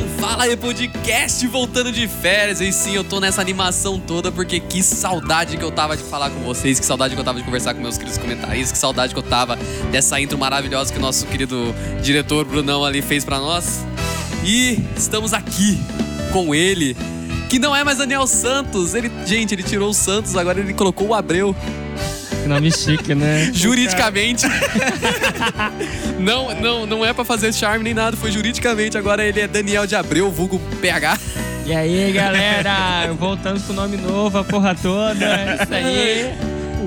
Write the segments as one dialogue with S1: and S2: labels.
S1: um Fala aí, podcast voltando de férias. E sim, eu tô nessa animação toda porque que saudade que eu tava de falar com vocês, que saudade que eu tava de conversar com meus queridos comentaristas, que saudade que eu tava dessa intro maravilhosa que o nosso querido diretor Brunão ali fez pra nós. E estamos aqui com ele, que não é mais Daniel Santos. Ele, gente, ele tirou o Santos, agora ele colocou o Abreu.
S2: Que Nome chique, né?
S1: Juridicamente. não, não, não é pra fazer charme nem nada, foi juridicamente. Agora ele é Daniel de Abreu, vulgo PH.
S2: E aí, galera? Voltando com o nome novo, a porra toda. É Isso aí.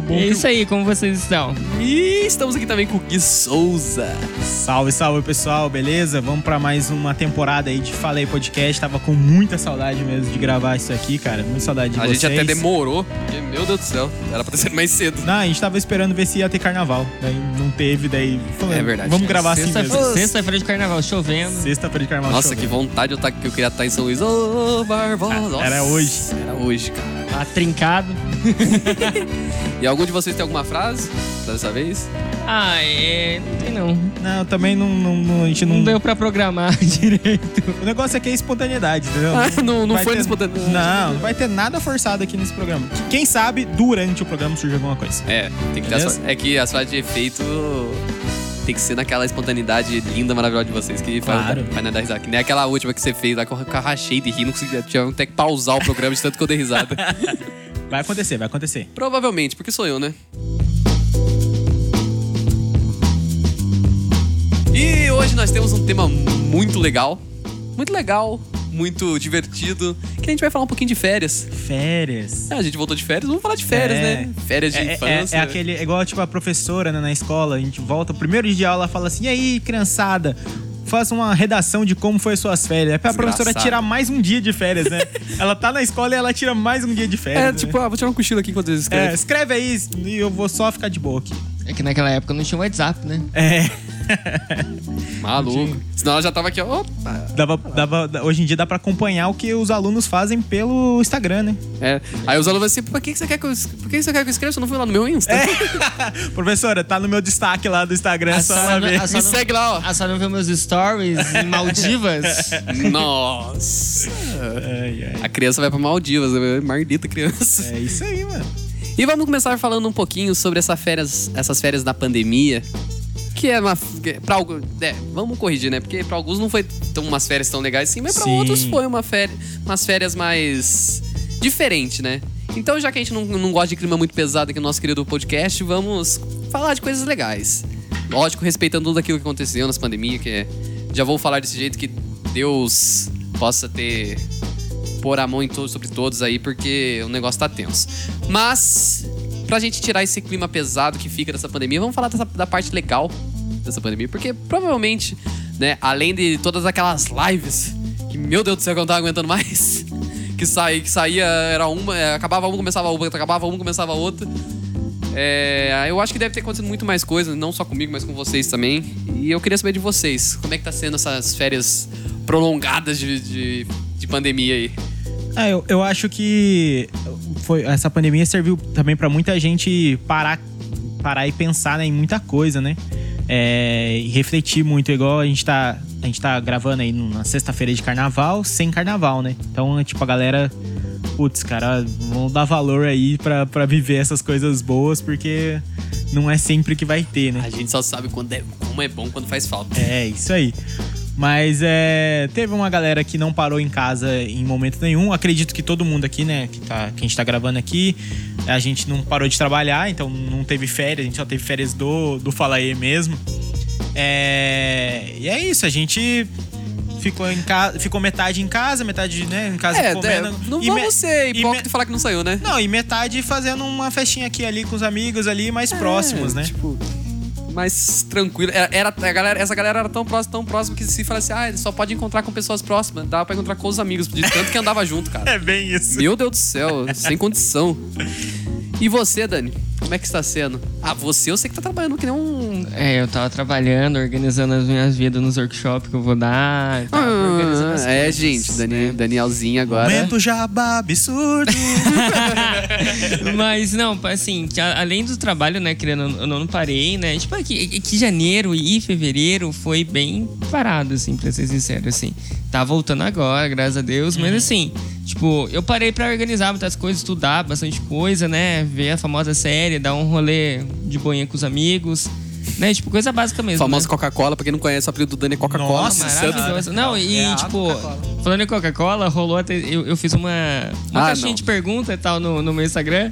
S2: É isso aí, como vocês estão?
S1: E estamos aqui também com o Gui Souza.
S3: Salve, salve pessoal, beleza? Vamos pra mais uma temporada aí de Falei Podcast. Tava com muita saudade mesmo de gravar isso aqui, cara. Muita saudade de
S1: A
S3: vocês.
S1: gente até demorou, porque, meu Deus do céu, era pra ter sido mais cedo.
S3: Não, a gente tava esperando ver se ia ter carnaval. Daí não teve, dadaí. falei,
S1: É verdade,
S3: Vamos
S1: cara.
S3: gravar assim
S2: Sexta-
S3: mesmo.
S2: Sexta-feira de carnaval, chovendo.
S3: Sexta-feira de carnaval.
S1: Nossa,
S3: show,
S1: que
S3: velho.
S1: vontade eu, tá, que eu queria estar em São Luís. Ô, Barbosa. Nossa,
S3: Ah, era hoje.
S1: Era hoje, cara.
S2: Lá trincado.
S1: E algum de vocês tem alguma frase dessa vez?
S2: Ah, é. Não tem não.
S3: Não, também não, não- não- a gente não.
S2: Não deu pra programar direito.
S3: O negócio é que é espontaneidade, entendeu?
S1: Ah, não- não
S3: vai
S1: foi
S3: ter-
S1: espontaneidade.
S3: Não, não vai ter nada forçado aqui nesse programa. Quem sabe durante o programa surge alguma coisa.
S1: É, tem que ter
S3: Beleza?
S1: as, É que as frases de efeito tem que ser naquela espontaneidade linda, maravilhosa de vocês que faz,
S3: Claro.
S1: faz nada risada. Que nem aquela última que você fez lá que eu rachei de rir, não consegui, tive até que pausar o programa de tanto que eu dei risada.
S3: Vai acontecer, vai acontecer.
S1: Provavelmente, porque sou eu, né? E hoje nós temos um tema muito legal. Muito legal, muito divertido. Que a gente vai falar um pouquinho de férias.
S3: Férias.
S1: É, a gente voltou de férias, vamos falar de férias,
S3: É.
S1: né? Férias de
S3: É- é-
S1: infância. né?
S3: É, aquele, é igual tipo a professora né, na escola, a gente volta, o primeiro dia de aula fala assim: e aí, criançada, faça uma redação de como foi suas férias. É pra
S1: Desgraçado.
S3: professora tirar mais um dia de férias, né? ela tá na escola e ela tira mais um dia de férias.
S1: É,
S3: né?
S1: tipo, ah, vou tirar um cochilo aqui enquanto eles escrevem.
S3: É, escreve aí e eu vou só ficar de boa aqui.
S2: É que naquela época não tinha WhatsApp, né?
S3: É,
S1: Maluco. Senão ela já tava aqui, ó. Opa.
S3: dava, dava, da- hoje em dia dá pra acompanhar o que os alunos fazem pelo Instagram, né?
S1: É. Aí os alunos assim, por que que você quer que eu, es- por que que você quer que eu escreva? Você não foi lá no meu Insta?
S2: É,
S3: Professora, tá no meu destaque lá do Instagram, é só ela ver.
S2: a
S1: Me
S2: não,
S1: segue lá, ó.
S2: a senhora Ah, não viu meus stories em Maldivas?
S1: Nossa.
S3: Ai, ai.
S1: A criança vai pra Maldivas, né? maldita criança.
S3: É isso aí, mano.
S1: E vamos começar falando um pouquinho sobre essa férias, essas férias da pandemia. Que é uma. Pra algo, é, vamos corrigir, né? Porque pra alguns não foi tão umas férias tão legais assim, mas pra
S3: Sim.
S1: outros foi uma féri- umas férias mais. diferente, né? Então, já que a gente não, não gosta de clima muito pesado aqui no nosso querido podcast, vamos falar de coisas legais. Lógico, respeitando tudo aquilo que aconteceu nas pandemias, que é- já vou falar desse jeito que Deus possa ter pôr a mão em to- sobre todos aí, porque o negócio tá tenso. Mas, pra gente tirar esse clima pesado que fica dessa pandemia, vamos falar dessa- da parte legal dessa pandemia, porque provavelmente, né, além de todas aquelas lives, que meu Deus do céu, que eu não tava aguentando mais, que, saí, que saía, era uma, é, acabava uma, começava a outra, acabava uma, começava a outra. É, eu acho que deve ter acontecido muito mais coisa, não só comigo, mas com vocês também. E eu queria saber de vocês, como é que tá sendo essas férias prolongadas de- de, de pandemia aí?
S3: Ah, eu, eu acho que foi, essa pandemia serviu também pra muita gente parar, parar e pensar né, em muita coisa, né? É, e refletir muito, igual a gente tá, a gente tá gravando aí na sexta-feira de carnaval, sem carnaval, né? Então, é tipo, a galera, putz, cara, vão dar valor aí pra, pra viver essas coisas boas, porque não é sempre que vai ter, né?
S1: A gente só sabe quando é, como é bom quando faz falta.
S3: É, isso aí. Mas é, teve uma galera que não parou em casa em momento nenhum. Acredito que todo mundo aqui, né, que, tá, que a gente tá gravando aqui, a gente não parou de trabalhar, então não teve férias, a gente só teve férias do, do Fala aí mesmo. É, e é isso, a gente ficou, em casa, ficou metade em casa, metade, né, em casa
S1: É,
S3: comendo.
S1: é, não
S3: e me-
S1: vamos ser
S3: me-
S1: hipócrita e falar que não saiu, né?
S3: Não, e metade fazendo uma festinha aqui e ali com os amigos ali mais
S1: É.
S3: próximos, né?
S1: Tipo, mais tranquilo. Era, era- a galera, essa galera era tão próxima, tão próxima que se fala assim, ah, ele só pode encontrar com pessoas próximas. Dava pra encontrar com os amigos, de tanto que andava junto, cara.
S3: É bem isso.
S1: Meu Deus do céu, sem condição. E você, Dani? Como é que está sendo? Ah, você eu sei que tá trabalhando que nem um.
S2: É, eu tava trabalhando, organizando as minhas vidas nos workshops que eu vou dar.
S3: Tá
S2: e tava organizando as
S1: Ah, é,
S2: coisas,
S1: gente, Dani,
S2: né?
S1: Danielzinho agora.
S3: Momento jabá absurdo.
S2: Mas não, assim, que a- além do trabalho, né, querendo, ou não, eu não parei, né? Tipo, que, que janeiro e fevereiro foi bem parado, assim, pra ser sincero, assim. Tá voltando agora, graças a Deus, mas assim, tipo, eu parei pra organizar muitas coisas, estudar bastante coisa, né? Ver a famosa série, dar um rolê de boinha com os amigos, né? Tipo, coisa básica mesmo. né?
S1: Famosa Coca-Cola, pra quem não conhece, o apelido do Dani é Coca-Cola.
S3: Nossa,
S1: Santo-
S2: Maravilhoso. Não, e
S1: É a
S2: tipo,
S1: Coca-Cola.
S2: falando em Coca-Cola, rolou até. Eu, eu fiz uma, uma
S1: Ah,
S2: caixinha
S1: não.
S2: de pergunta e tal no, no meu Instagram.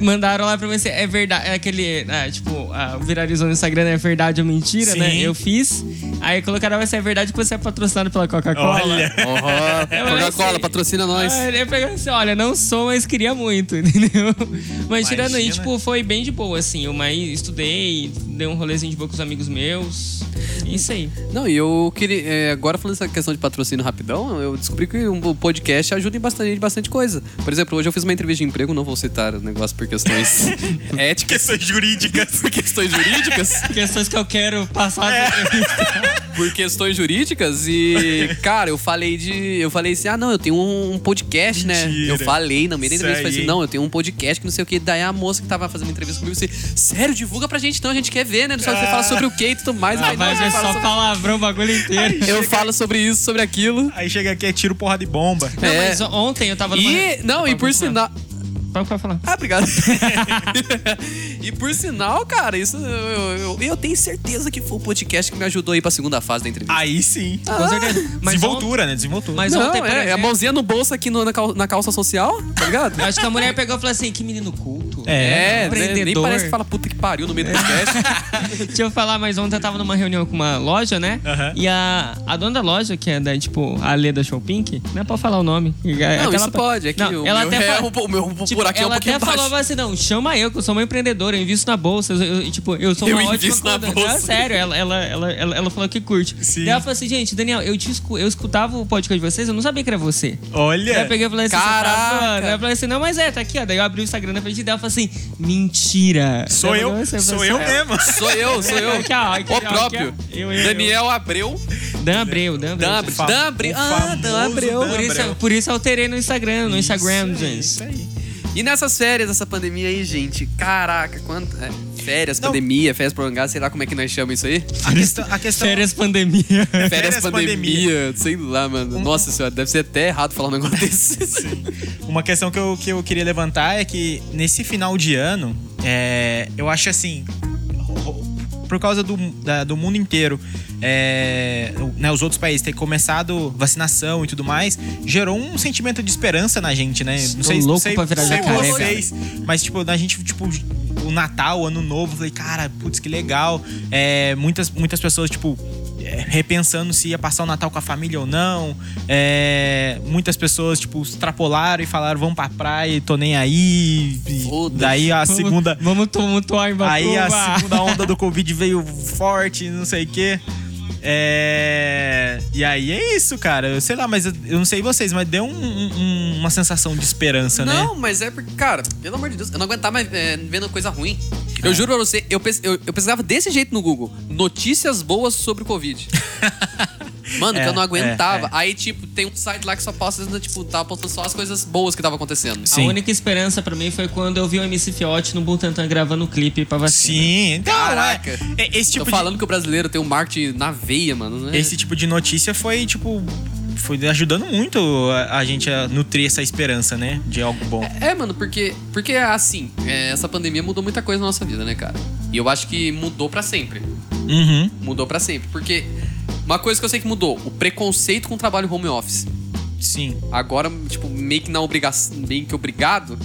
S2: Mandaram lá pra mim se é verdade. É aquele. ah, tipo, ah, viralizou no Instagram, né? É verdade ou mentira,
S3: Sim.
S2: né? Eu fiz. Aí colocaram se é verdade que você é patrocinado pela Coca-Cola.
S3: Olha.
S1: Uhum. Coca-Cola,
S2: sei.
S1: patrocina nós.
S2: Ah, ele pegou assim, olha, não sou, mas queria muito, entendeu? Mas tirando aí,
S3: Imagina.
S2: tipo, foi bem de boa, assim. Eu mais estudei, dei um rolezinho de boa com os amigos meus. É Isso aí.
S1: Não, e eu queria. é, agora falando essa questão de patrocínio rapidão, eu descobri que um podcast ajuda em bastante, em bastante coisa. Por exemplo, hoje eu fiz uma entrevista de emprego, não vou citar o negócio por questões éticas,
S3: Questões jurídicas.
S1: por questões jurídicas.
S2: Questões que eu quero passar.
S3: É.
S2: Ah,
S1: por questões jurídicas e, cara, eu falei de. Eu falei assim, ah, não, eu tenho um, um podcast, né?
S3: Mentira.
S1: Eu falei, não, meio da
S3: Isso
S1: entrevista, eu falei
S3: aí.
S1: assim, não, eu tenho um podcast que não sei o que. Daí a moça que tava fazendo entrevista comigo disse, sério, divulga pra gente então, a gente quer ver, né? Só que você fala sobre o que e tudo mais. Eu
S2: Ah,
S1: falei,
S2: vai
S1: não,
S2: ver
S1: eu falo
S2: só palavrão o bagulho inteiro.
S1: sobre- eu falo sobre isso, sobre aquilo.
S3: Aí chega aqui, é tiro, porra de bomba.
S2: Não,
S1: É.
S2: mas ontem eu tava numa...
S1: E, não, e
S2: um
S1: por sinal.
S2: Pode pode falar.
S1: Ah, obrigado. e por sinal, cara, isso eu, eu- eu tenho certeza que foi o podcast que me ajudou aí pra segunda fase da entrevista.
S3: Aí sim.
S2: Com
S1: Ah.
S2: certeza. Ah, Mas ontem,
S3: Desenvoltura, né? Desenvoltura.
S2: mas
S1: não,
S2: ontem, por
S1: é, é a
S2: exemplo,
S1: mãozinha no bolso aqui no- na, cal- na calça social, tá ligado?
S2: acho que a mulher pegou e falou assim, que menino culto.
S3: É,
S1: É, né? nem
S2: Empreendedor. É.
S1: parece que fala puta que pariu no meio do podcast.
S2: Deixa eu falar, mas ontem eu tava numa reunião com uma loja, né?
S3: Aham.
S2: E a, a dona da loja, que é da, tipo, a Lê da Showpink, não é pra falar o nome. É
S1: Não,
S2: aquela-
S1: isso pode. É que
S2: Não,
S1: o,
S2: ela
S1: meu
S2: até
S1: é
S2: fa-
S1: um- o meu
S2: Tipo,
S1: buraco é um
S2: ela até
S1: pouquinho baixo.
S2: falava assim, não, chama eu, que eu sou uma empreendedora, eu invisto na bolsa, eu, eu, tipo, eu sou
S1: Eu
S2: uma ótima...
S1: invisto na
S2: contadora."
S1: bolsa.
S2: Não, é sério, ela, ela, ela, ela, ela falou que curte.
S3: Sim.
S2: Daí ela falou assim, gente, Daniel, eu, te escu- eu escutava o podcast de vocês, eu não sabia que era você. Daí eu
S3: Olha.
S2: peguei e falei assim,
S1: É. Caraca!
S2: "Você tá zoando?" Daí eu falei assim, não, mas é, tá aqui, ó. Daí eu abri o Instagram na frente dela e falei assim, mentira.
S3: Sou
S2: Daí
S3: eu,
S2: falei assim,
S3: sou
S2: "Você
S3: eu
S2: é-
S3: mesmo.
S1: Sou eu, sou eu.
S2: Aqui, ó, aqui, ó,
S1: o
S2: aqui, ó.
S1: próprio.
S2: Eu, eu, eu.
S1: Daniel Abreu.
S2: Dan Abreu, Dan Abreu.
S1: Dan Abreu.
S3: fam-
S1: Dan Abreu.
S3: o
S1: Ah, Dan
S3: famoso
S1: Abreu.
S3: Dan
S2: Por isso,
S3: Abreu.
S2: por isso eu alterei no Instagram, no Instagram, gente.
S3: Isso aí.
S1: E nessas férias, essa pandemia aí, gente, caraca, quanto. é, férias,
S3: Não.
S1: pandemia, férias prolongadas, sei lá como é que nós chamamos isso aí.
S3: A questão, a questão
S2: Férias pandemia.
S1: Férias,
S3: Férias,
S1: pandemia,
S3: pandemia. Um
S1: sei lá, mano. Nossa senhora, deve ser até errado falar um negócio desse.
S3: Uma questão que eu, que eu queria levantar é que nesse final de ano, é, eu acho assim. ro- Por causa do, da- do mundo inteiro, é, o- né, os outros países ter começado vacinação e tudo mais, gerou um sentimento de esperança na gente, né?
S2: Tô louco pra virar
S3: não sei
S2: jacaré,
S3: vocês, mas tipo, na gente, tipo, o Natal, o Ano Novo, eu falei, cara, putz, que legal. É, muitas, muitas pessoas, tipo, é, repensando se ia passar o Natal com a família ou não. É, muitas pessoas, tipo, extrapolaram e falaram, vamos pra praia, e tô nem aí. E
S1: Foda-se.
S3: daí a segunda.
S2: Vamos, vamos tumultuar em Batuba.
S3: Aí a segunda onda do Covid veio forte, não sei o quê. É, E aí é isso, cara. Eu sei lá, mas eu, eu não sei vocês, mas deu um- um- uma sensação de esperança, né?
S1: Não, mas é porque, cara, pelo amor de Deus, eu não aguentava mais é, vendo coisa ruim.
S3: É.
S1: Eu juro pra você, eu, pes- eu, eu pesquisava desse jeito no Google. Notícias boas sobre o Covid. Mano, que
S3: É,
S1: eu não
S3: é,
S1: aguentava. Aí, tipo, tem um site lá que só posta, tipo, tava postando só as coisas boas que tava acontecendo.
S2: A
S3: Sim.
S2: única esperança pra mim foi quando eu vi o MC Fiote no Butantan gravando o clipe pra vacina.
S3: Sim, então.
S1: Caraca.
S3: É, é-
S1: Tô
S3: esse tipo de,
S1: falando que o brasileiro tem um marketing na veia, mano. né?
S3: Esse tipo de notícia foi, tipo. Foi ajudando muito a, a gente a nutrir essa esperança, né? De algo bom.
S1: É, mano, porque, porque assim, é, essa pandemia mudou muita coisa na nossa vida, né, cara? E eu acho que mudou pra sempre.
S3: Uhum.
S1: Mudou pra sempre. Porque uma coisa que eu sei que mudou, o preconceito com o trabalho home office.
S3: Sim.
S1: Agora, tipo, meio que na obrigação, meio que obrigado,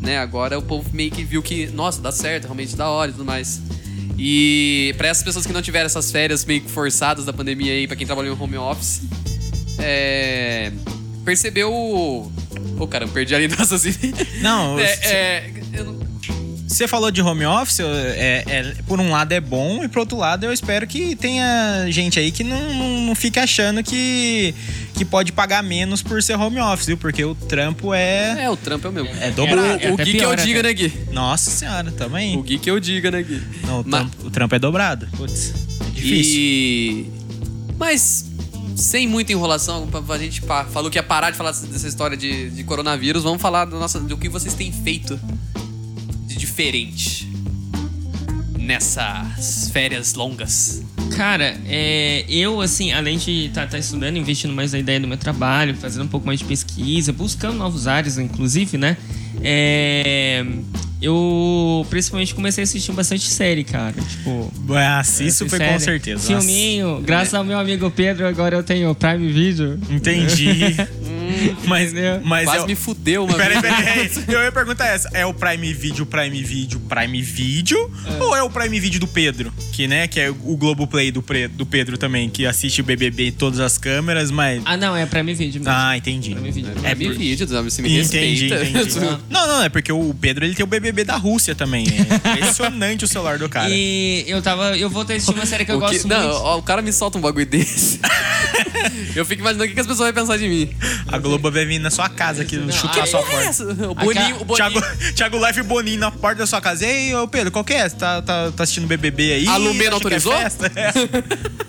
S1: né? Agora o povo meio que viu que, nossa, dá certo, realmente da hora e tudo mais. E pra essas pessoas que não tiveram essas férias meio que forçadas da pandemia aí, pra quem trabalhou em home office, é. Percebeu o. Ô, caramba, perdi a linha das assim.
S3: Não,
S1: É, é, eu não-
S3: Você falou de home office, eu- é, é- por um lado é bom e por outro lado eu espero que tenha gente aí que não, não, não fique achando que, que pode pagar menos por ser home office, viu? Porque o trampo é.
S1: É, o trampo é o meu.
S3: É dobrado.
S2: É,
S1: o
S2: até
S1: Gui que eu
S2: pior,
S1: diga,
S2: até.
S1: né, Gui?
S3: Nossa senhora, também.
S1: O Gui que eu diga, né, Gui?
S3: Não, o,
S1: Ma-
S3: trampo, o trampo é dobrado. Putz, é difícil.
S1: E... Mas, sem muita enrolação, pra- pra gente pa- falou que ia parar de falar dessa história de, de coronavírus, vamos falar do, nossa, do que vocês têm feito de diferente nessas férias longas.
S2: Cara, é, eu, assim, além de estar estudando, investindo mais na ideia do meu trabalho, fazendo um pouco mais de pesquisa, buscando novos áreas, inclusive, né? É, eu, principalmente, comecei a assistir bastante série, cara. Tipo.
S1: É,
S3: Ah, Assista super com
S2: série.
S3: certeza.
S2: Filminho, graças ao meu amigo Pedro, agora eu tenho o Prime Video.
S3: Nossa, entendi. mas
S2: Entendeu?
S3: mas
S1: Quase
S3: eu-
S1: me fudeu uma
S3: Peraí,
S1: vez.
S3: peraí. Eu ia perguntar essa. É o Prime Video, Prime Video, Prime Video? Ou é o Prime Video do Pedro? Que, né, que é o Globoplay do, Pre- do Pedro também, que assiste o BBB em todas as câmeras, mas...
S2: Ah, não, é Prime Video mesmo.
S3: Ah, entendi.
S2: Prime Video.
S1: É me
S3: por-
S1: vídeo, você me
S3: Entendi,
S1: respeita.
S3: entendi. Não, não, é porque o Pedro, ele tem o BBB da Rússia também. É impressionante o celular do cara.
S2: E eu tava. Eu voltei a assistir uma série que eu
S1: O que-
S2: gosto muito.
S1: não, ó, o cara me solta um bagulho desse. eu fico imaginando o que que as pessoas vão pensar de mim.
S3: A Globo vai vir na sua casa aqui,
S2: Não,
S3: chutar
S2: aí-
S3: sua
S1: É
S3: porta.
S1: essa? O Boninho, o Boninho.
S3: Thiago, Thiago Life e Boninho na porta da sua casa. Ei, ô Pedro, qual que é? Você tá, tá, tá assistindo BBB aí?
S1: A Lumena
S3: Acha que é
S1: autorizou?
S3: festa?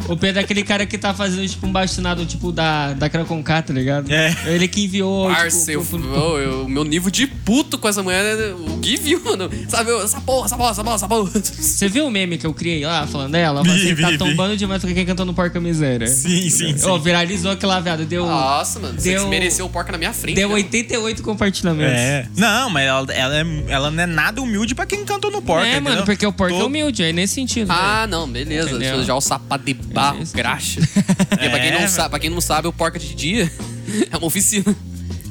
S2: O Pedro é aquele cara que tá fazendo, tipo, um bastinado, tipo, da, da Cracon K, tá ligado?
S3: É.
S2: Ele que enviou,
S1: Parça, eu,
S2: tipo, pro- pro-
S1: eu- eu- o meu nível de puto com essa mulher, né? o Gui viu, mano. Sabe, eu- essa porra, essa porra, essa porra, essa porra.
S2: Você viu o meme que eu criei lá, falando dela?
S3: Vi,
S2: Você
S3: vi,
S2: tá
S3: vi.
S2: tombando demais pra quem cantou no Porca Miséria.
S3: Sim, sim, sim.
S2: Ó, viralizou aquela viada, deu,
S1: Nossa, mano, você
S2: Deu-
S1: desmereceu o porca na minha frente.
S2: deu
S1: né?
S2: 88 compartilhamentos.
S3: É. Não, mas ela, ela, é- ela não é nada humilde pra quem cantou no porta.
S2: é, mano,
S3: entendeu?
S2: porque o Porca é
S3: Todo-
S2: humilde, é nesse sentido. velho.
S1: Ah, não, beleza.
S2: Entendeu? É
S1: Deixa eu já o sapato de barro,
S2: Beleza.
S1: graxa. Porque pra, quem
S3: É,
S1: não
S3: mano.
S1: sabe, pra quem não sabe, o porca de dia é uma oficina.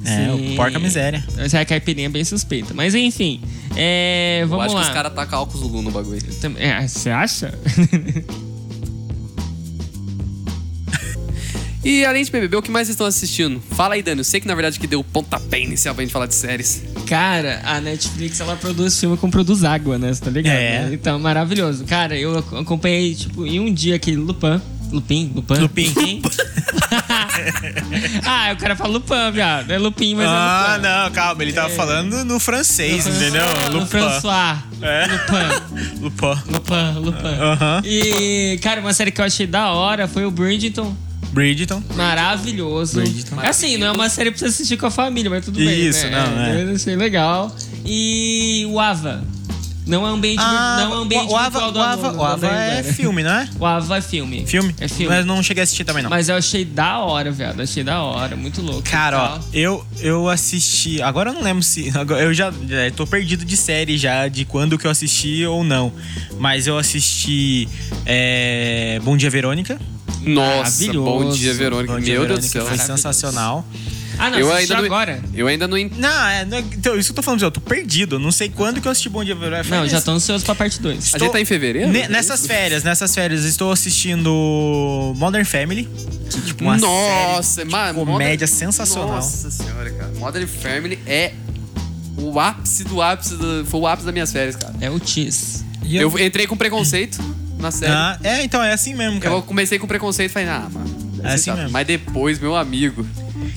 S3: É,
S2: Sim.
S3: o porca miséria.
S2: Essa é a caipirinha bem suspeita. Mas enfim, é,
S1: eu
S2: vamos
S1: acho
S2: lá.
S1: que os caras tacam álcool Zulu no bagulho.
S2: Tam- é, Você acha?
S1: E além de BBB, o que mais vocês estão assistindo? Fala aí, Dani. Eu sei que na verdade que deu o pontapé inicial pra gente falar de séries.
S2: Cara, a Netflix ela produz filme como produz água, né? Você tá ligado?
S3: É.
S2: né? Então, maravilhoso. Cara, eu ac- acompanhei, tipo, em um dia aquele Lupin. Lupin? Lupin?
S3: Lupin.
S2: ah, o cara fala Lupin, viado. É Lupin, mas
S3: ah,
S2: é Lupin.
S3: não, calma, ele tava falando no francês, entendeu?
S2: No
S3: Lupin.
S2: François.
S3: É.
S2: Lupin.
S3: Lupin.
S2: Lupin, Lupin.
S3: Aham.
S2: E, cara, uma série que eu achei da hora foi o Bridgeton.
S3: Bridgeton.
S2: Maravilhoso.
S3: Bridgerton.
S2: Assim, não é uma série pra você assistir com a família, mas tudo bem.
S3: Isso,
S2: né?
S3: não, é.
S2: Eu achei legal. E o Ava. Não é um ambiente, vir- não é um ambiente
S3: Ah, o Ava,
S2: virtual do
S3: o Ava,
S2: aluno,
S3: o Ava
S2: não dá
S3: é
S2: ideia.
S3: filme, não é?
S2: O Ava é filme.
S3: Filme?
S2: É filme. Mas,
S3: Mas não cheguei a assistir também, não.
S2: eu achei da hora, velho. Achei da hora. Muito louco. e
S3: Cara, ó,
S2: tal.
S3: eu, eu assisti. Agora eu não lembro se. agora- eu já, já tô perdido de série já, de quando que eu assisti ou não. Mas eu assisti. é, Bom Dia Verônica.
S1: Nossa, bom
S2: Maravilhoso.
S1: dia, Verônica.
S3: Bom
S1: Meu
S3: Dia
S1: Deus do
S3: Verônica
S1: céu.
S3: Foi sensacional.
S2: Ah, não,
S1: Eu
S2: assisti
S1: ainda, não,
S2: agora.
S1: eu ainda não entendi.
S3: Não, é, não é- então, isso que eu tô falando, eu tô perdido. Eu não sei quando que eu assisti Bom Dia Verônica.
S2: Não,
S3: Foi
S2: já
S3: nesse-
S2: tô ansioso pra parte 2.
S1: A gente tá em fevereiro?
S3: Ne- nessas férias, nessas férias, eu estou assistindo Modern Family. que, tipo, uma
S1: Nossa, é
S3: série de
S1: mano.
S3: comédia sensacional.
S1: Nossa senhora, cara. Modern Family é o ápice do ápice. do- foi o ápice das minhas férias, cara.
S2: É o Tis.
S3: E
S1: Eu entrei com preconceito na série.
S3: Ah, é, então é assim mesmo, cara.
S1: Eu comecei com preconceito e falei, ah, mano. deve ser
S3: É assim
S1: chato.
S3: mesmo.
S1: Mas depois, meu amigo.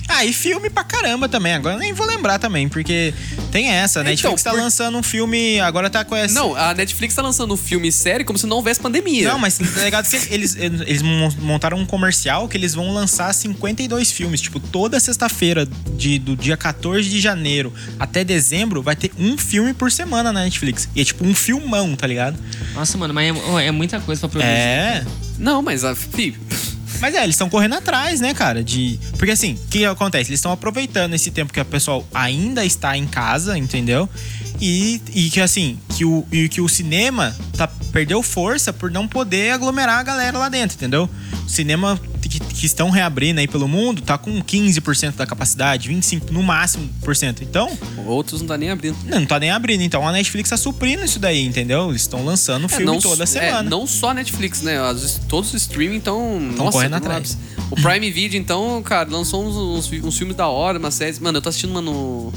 S3: Ah, e filme pra caramba também. Agora eu nem vou lembrar também, porque tem essa, né?
S1: Então,
S3: Netflix tá
S1: por-
S3: lançando um filme, agora tá com essa.
S1: Não, a Netflix tá lançando um filme e série como se não houvesse pandemia.
S3: Não, mas tá ligado que eles, eles mon- montaram um comercial que eles vão lançar 52 filmes. Tipo, toda sexta-feira, de- do dia 14 de janeiro até dezembro, vai ter um filme por semana na Netflix. E é tipo um filmão, tá ligado?
S2: Nossa, mano, mas é, oh, é muita coisa pra produzir.
S3: É.
S1: Não, mas a. Fi,
S3: Mas é, eles estão correndo atrás, né, cara? De... Porque assim, o que acontece? Eles estão aproveitando esse tempo que o pessoal ainda está em casa, entendeu? E, e que assim, que o, e que o cinema tá, perdeu força por não poder aglomerar a galera lá dentro, entendeu? O cinema que, que estão reabrindo aí pelo mundo tá com 15% da capacidade, 25% no máximo por cento. Então,
S1: outros não tá nem abrindo.
S3: não, não tá nem abrindo. Então a Netflix tá suprindo isso daí, entendeu? Eles estão lançando
S1: É,
S3: filme
S1: não-
S3: toda
S1: é,
S3: semana.
S1: não só a Netflix, né? As- todos os streaming estão.
S3: correndo atrás.
S1: O Prime Video, então, cara, lançou uns, uns, uns filmes da hora, umas séries. Mano, eu tô assistindo uma no,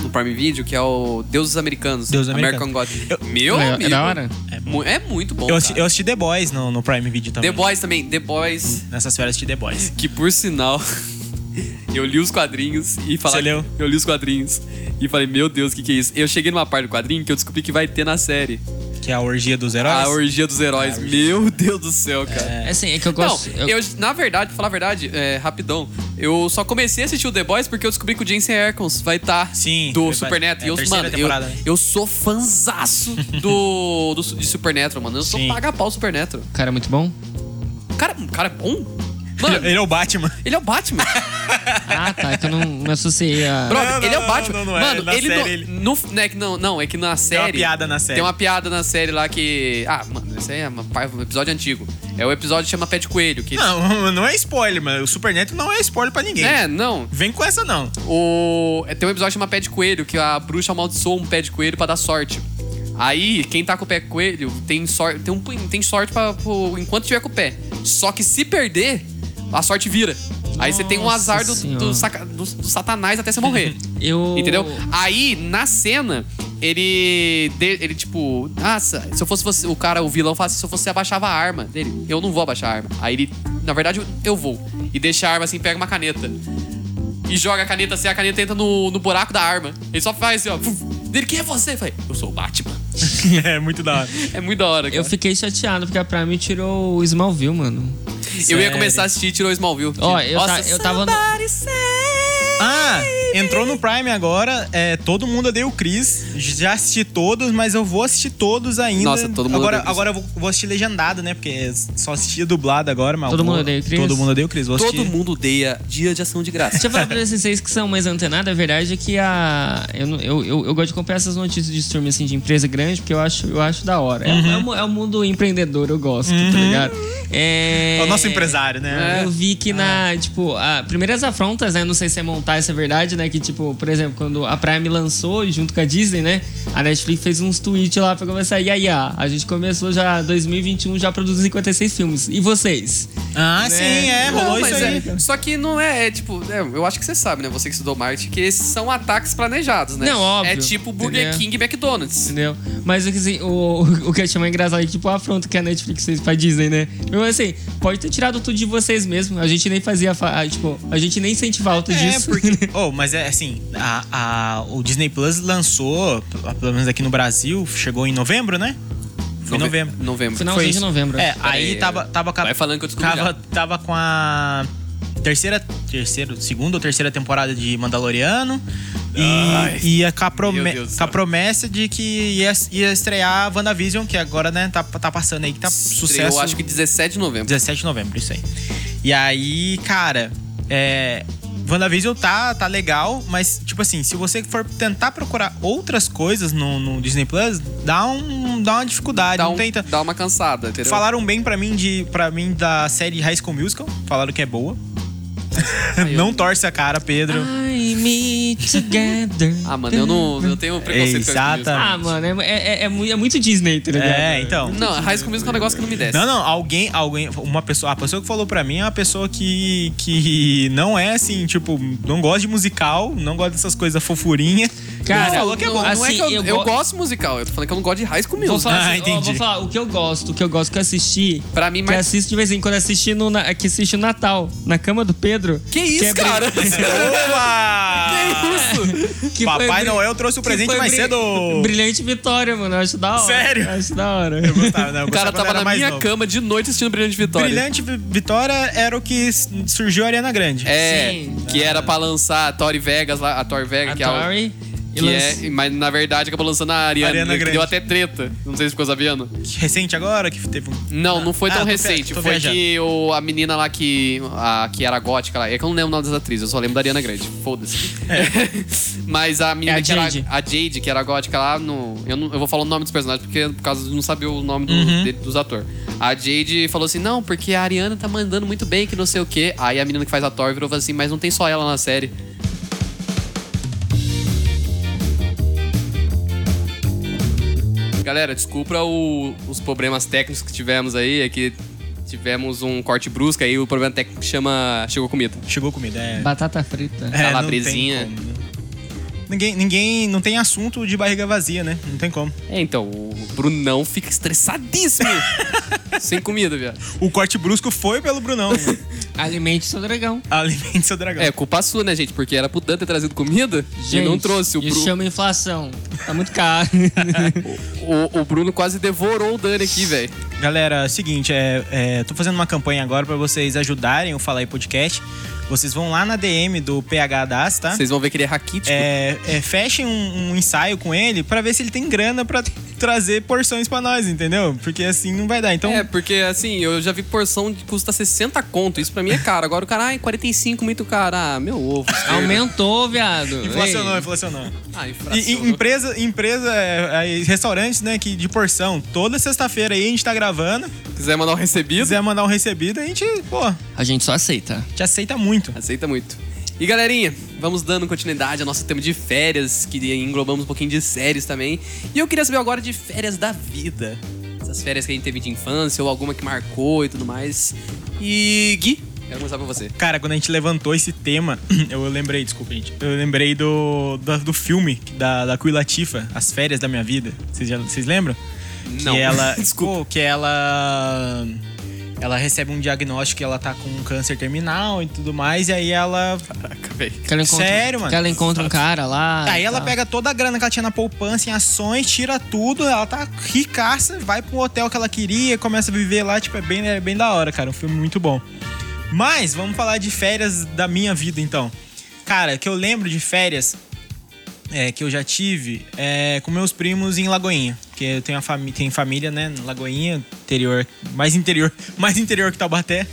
S1: no Prime Video, que é o Deuses Americanos.
S3: Deuses
S1: American God. Meu
S2: É- é
S1: amigo.
S2: da hora.
S1: É, mu- é muito bom,
S3: Eu assisti,
S1: cara.
S3: eu assisti The Boys no, no Prime Video também.
S1: The Boys também. The Boys...
S3: Nessas férias eu assisti The Boys.
S1: Que por sinal, eu li os quadrinhos e falei.
S3: Você leu?
S1: Eu li os quadrinhos e falei, meu Deus, o que, que é isso? Eu cheguei numa parte do quadrinho que eu descobri que vai ter na série.
S3: Que é a orgia dos heróis.
S1: A orgia dos heróis. Meu Deus do céu, cara.
S2: É assim, é que eu
S1: Não,
S2: gosto.
S1: eu, na verdade, pra falar a verdade, é, rapidão, eu só comecei a assistir o The Boys porque eu descobri que o Jensen Ackles vai estar
S3: Sim,
S1: do
S3: verdade.
S1: Superneto.
S3: É
S1: e
S3: a
S1: eu,
S3: terceira
S1: mano, eu,
S3: temporada, né?
S1: eu sou fanzaço do, do, de Supernatural, mano. Eu sou
S3: Sim.
S1: paga pau Supernatural.
S2: Cara, é muito bom.
S1: Cara, um cara bom.
S3: Ele,
S1: Mano,
S3: ele é o Batman.
S1: ele é o Batman.
S2: Ah, tá. É que eu não me associei a.
S1: Brother,
S3: Não, não,
S1: ele é o
S3: não,
S1: Batman.
S3: não, não é.
S1: Mano,
S3: Na
S1: ele,
S3: série
S1: não,
S3: ele-
S1: no- não é que não, não, é que na série.
S3: piada na série.
S1: Tem uma piada na série lá que. Ah, mano, esse aí é uma par- um episódio antigo. É o episódio que chama Pé de Coelho. Que...
S3: Não, não é spoiler, mano. O Superneto não é spoiler pra ninguém.
S1: É, não.
S3: Vem com essa, não.
S1: O... é, Tem um episódio que chama Pé de Coelho, que a bruxa amaldiçoa um pé de coelho pra dar sorte. Aí, quem tá com o pé de coelho tem sorte, tem um, pun- tem sorte pra, pro- enquanto tiver com o pé. Só que se perder, a sorte vira. Aí você tem um
S2: Nossa
S1: azar do,
S2: Senhora.
S1: do saca- do- do satanás até você morrer.
S2: Eu.
S1: Entendeu? Aí, na cena, ele. de- ele, tipo, nossa, se eu fosse você- o cara, o vilão, fala assim, se eu fosse, você abaixava a arma dele. Eu não vou abaixar a arma. Aí ele, na verdade, eu- eu vou. E deixa a arma assim, pega uma caneta. E joga a caneta assim, a caneta entra no, no buraco da arma. Ele só faz assim, ó. fuf. Dele, quem é você? Eu falei, eu sou o Batman.
S3: é muito da hora.
S1: É muito da hora, cara.
S2: Eu
S3: Tá?
S2: fiquei chateado porque a Prime tirou o Smallville, mano.
S1: Eu ia
S3: Sério.
S1: começar a assistir e tirou Smallville.
S2: Ó, eu tá- eu tava no-
S1: somebody say-
S3: Ah, entrou no Prime agora. É, todo mundo odeia o Chris. Já assisti todos, mas eu vou assistir todos ainda.
S1: Nossa, todo mundo
S3: agora,
S1: odeia o Chris.
S3: Agora eu vou, vou assistir legendado, né? Porque só assisti dublado agora, mas.
S2: Todo
S3: eu vou-
S2: mundo odeia o Chris?
S3: Todo mundo odeia o Chris. Vou
S1: Todo
S3: assistir.
S1: mundo odeia dia de ação de graça.
S2: Deixa eu falar pra vocês que são mais antenados, a verdade é que a. Eu, não- eu, eu, eu gosto de acompanhar essas notícias de streaming assim, de empresa grande, porque eu acho, eu acho da hora. É-
S3: Uhum.
S2: É, o mu- é, o mundo empreendedor, eu gosto, tá ligado? É...
S3: É o nosso empresário, né?
S1: É.
S2: Eu vi que na, tipo, a, primeiras afrontas, né? Não sei se é montar essa verdade, né? Que, tipo, por exemplo, quando a Prime lançou junto com a Disney, né? A Netflix fez uns tweets lá pra começar. E aí, ah, a gente começou já 2021, já produziu 56 filmes. E vocês?
S3: Ah,
S2: Né?
S3: sim, é.
S1: Não,
S3: Rolou isso
S1: mas
S3: aí.
S1: é- só que não é, é tipo, é, eu acho que você sabe, né? Você que estudou marketing, que esses são ataques planejados, né?
S2: Não, óbvio.
S1: É tipo Burger
S2: Entendeu?
S1: King e McDonald's.
S2: Entendeu? Mas assim, o, o que eu achei mais engraçado é que, tipo, a afronta que a Netflix fez pra Disney, né? Eu assim, pode ter tirado tudo de vocês mesmo. A gente nem fazia. fa- ah, Tipo, a gente nem sente falta
S3: É,
S2: disso.
S3: porque. Oh, mas é assim, a, a- o Disney Plus lançou, pelo menos aqui no Brasil, chegou em novembro, né? Foi em
S1: Nove-
S3: novembro.
S1: Novembro.
S2: Final-
S3: Foi
S2: de
S3: isso.
S2: novembro.
S3: É,
S1: Pera
S3: aí
S1: aí,
S3: tava, tava com a.
S1: vai falando que eu descobri
S3: tava, tava com a. Terceira, terceiro, segunda ou terceira temporada de Mandaloriano. E,
S1: Ai,
S3: e a, com, a prome-
S1: meu Deus do
S3: com
S1: céu.
S3: a promessa de que ia, ia estrear a WandaVision, que agora, né, tá, tá passando aí, que tá sucesso.
S1: Eu acho que 17 de novembro.
S3: 17 de novembro, isso aí. E aí, cara, é. WandaVision tá, tá legal, mas, tipo assim, se você for tentar procurar outras coisas no, no Disney Plus, dá, um, dá uma dificuldade.
S1: Dá,
S3: não
S1: um-
S3: tem tan-
S1: dá uma cansada, entendeu?
S3: Falaram bem pra mim de para mim da série High School Musical, falaram que é boa. não torce a cara, Pedro.
S2: I me together.
S1: Ah, mano, eu não eu tenho preconceito com High School Musical.
S3: Exatamente.
S2: Ah, mano, é, é, é mu- é muito Disney, tá ligado?
S3: é, então.
S1: Não, High School Musical é um negócio que não me desce.
S3: Não, não, alguém, alguém, uma pessoa, a pessoa que falou pra mim é uma pessoa que, que não é assim, tipo, não gosta de musical, não gosta dessas coisas fofurinha.
S2: Cara,
S3: Ele falou que é
S2: não-
S3: bom.
S1: Não é
S2: assim,
S1: que eu,
S2: eu
S1: eu
S2: go-
S1: gosto de musical, eu tô falando que eu não gosto de High School
S2: Vou
S1: Musical.
S2: falar,
S3: Ah,
S2: assim, ó,
S3: entendi.
S2: vou falar o que eu gosto, o que eu gosto que eu assisti.
S1: Pra mim,
S2: Que
S3: é
S2: eu
S1: mas...
S2: assisto de vez em quando, assisti no, na- que assisti no Natal, na cama do Pedro.
S1: Que isso,
S2: é brin-
S1: cara? que
S3: Opa!
S1: isso?
S2: que foi
S3: Papai
S2: brin-
S3: Noel trouxe o
S2: que
S3: presente
S2: foi
S3: mais
S2: bri-
S3: cedo.
S2: Brilhante vitória, mano. Eu acho da hora.
S3: Sério?
S2: Eu acho da hora.
S3: Eu gostava, né? Eu
S1: O cara
S3: gostava quando
S1: tava
S3: era
S1: na
S3: mais
S1: minha
S3: novo.
S1: cama de noite assistindo Brilhante Vitória.
S3: Brilhante vi- Vitória era o que s- surgiu a Ariana Grande.
S1: É,
S2: Sim. tá.
S1: que era pra lançar a Tori Vegas lá, a Tori Vega,
S2: A
S1: que é a-
S2: Tori. e
S1: Que
S2: lança-
S1: é, mas na verdade acabou lançando a Ariana,
S3: Ariana
S1: que
S3: Grande.
S1: deu até treta. Não sei se ficou sabendo.
S3: Recente agora, que teve um.
S1: Não, não foi
S3: Ah,
S1: tão
S3: tô
S1: recente.
S3: via- tô
S1: foi
S3: viajando.
S1: que o, a menina lá que, a, que era gótica lá. É que eu não lembro o nome das atrizes, eu só lembro da Ariana Grande. Foda-se. mas a menina
S2: É a
S1: que era.
S2: Jade.
S1: A Jade, que era gótica lá, no, eu, não, eu vou falar o nome dos personagens porque por causa de não saber o nome do-
S3: Uhum.
S1: de- dos atores. A Jade falou assim: não, porque a Ariana tá mandando muito bem, que não sei o quê. Aí a menina que faz a Thor virou e falou assim: mas não tem só ela na série. Galera, desculpa o- os problemas técnicos que tivemos aí, é que tivemos um corte brusco aí, o problema técnico que chama chegou comida.
S3: Chegou comida, é.
S2: Batata frita.
S3: É, não
S1: Calabresinha.
S3: tem como, né? Ninguém, ninguém. Não tem assunto de barriga vazia, né? Não tem como.
S1: É, então, o Brunão fica estressadíssimo. Sem comida, viado.
S3: O corte brusco foi pelo Brunão.
S2: Alimente seu dragão.
S3: Alimente seu dragão.
S1: É, culpa sua, né, gente? Porque era pro Dan ter trazido comida e não trouxe. O,
S2: Isso
S1: Bru-
S2: chama inflação. Tá muito caro.
S1: o- o Bruno quase devorou o Dani aqui, velho.
S3: Galera, é o seguinte, é, é, tô fazendo uma campanha agora pra vocês ajudarem o Falar aí Podcast. Vocês vão lá na DM do PH Das, tá?
S1: Vocês vão ver que ele é raquítico.
S3: É, é, fechem um, um ensaio com ele pra ver se ele tem grana pra trazer porções pra nós, entendeu? Porque assim não vai dar. Então,
S1: É, porque assim, eu já vi porção que custa 60 conto. Isso pra mim é caro. Agora o cara, ai, 45, muito caro. Ah, meu ovo.
S2: Aumentou, viado.
S3: inflacionou,
S2: Ei.
S3: inflacionou.
S1: Ah,
S3: E,
S1: infração.
S3: e empresa, empresa, é, é, restaurantes, né, que de porção, toda sexta-feira aí a gente tá gravando.
S1: Quiser mandar um recebido,
S3: quiser mandar um recebido, a gente, pô,
S2: A gente só aceita.
S3: te aceita muito.
S1: aceita muito. E galerinha, vamos dando continuidade ao nosso tema de férias, que englobamos um pouquinho de séries também. E eu queria saber agora de férias da vida. Essas férias que a gente teve de infância ou alguma que marcou e tudo mais. E Gui, quero começar por você.
S3: Cara, quando a gente levantou esse tema, eu lembrei, desculpa, gente. Eu lembrei do, do, do filme da, da Queen Latifah, As Férias da Minha Vida. Vocês, já- vocês lembram?
S1: Não.
S3: Que ela,
S1: Desculpa.
S3: pô, que ela. Ela recebe um diagnóstico que ela tá com um câncer terminal e tudo mais, e aí ela.
S1: Caraca, velho.
S2: Que ela encontra,
S3: Sério, mano?
S2: Que ela encontra um cara lá.
S3: Aí
S2: e
S3: ela
S2: tal.
S3: pega toda a grana que ela tinha na poupança, em ações, tira tudo, ela tá ricaça, vai pro hotel que ela queria, começa a viver lá, tipo, é bem, é bem da hora, cara. Um filme muito bom. Mas, vamos falar de férias da minha vida, então. Cara, que eu lembro de férias é, que eu já tive é, com meus primos em Lagoinha. Porque eu tenho, a fami tenho família, né, em Lagoinha, interior, mais interior, mais interior que Taubaté.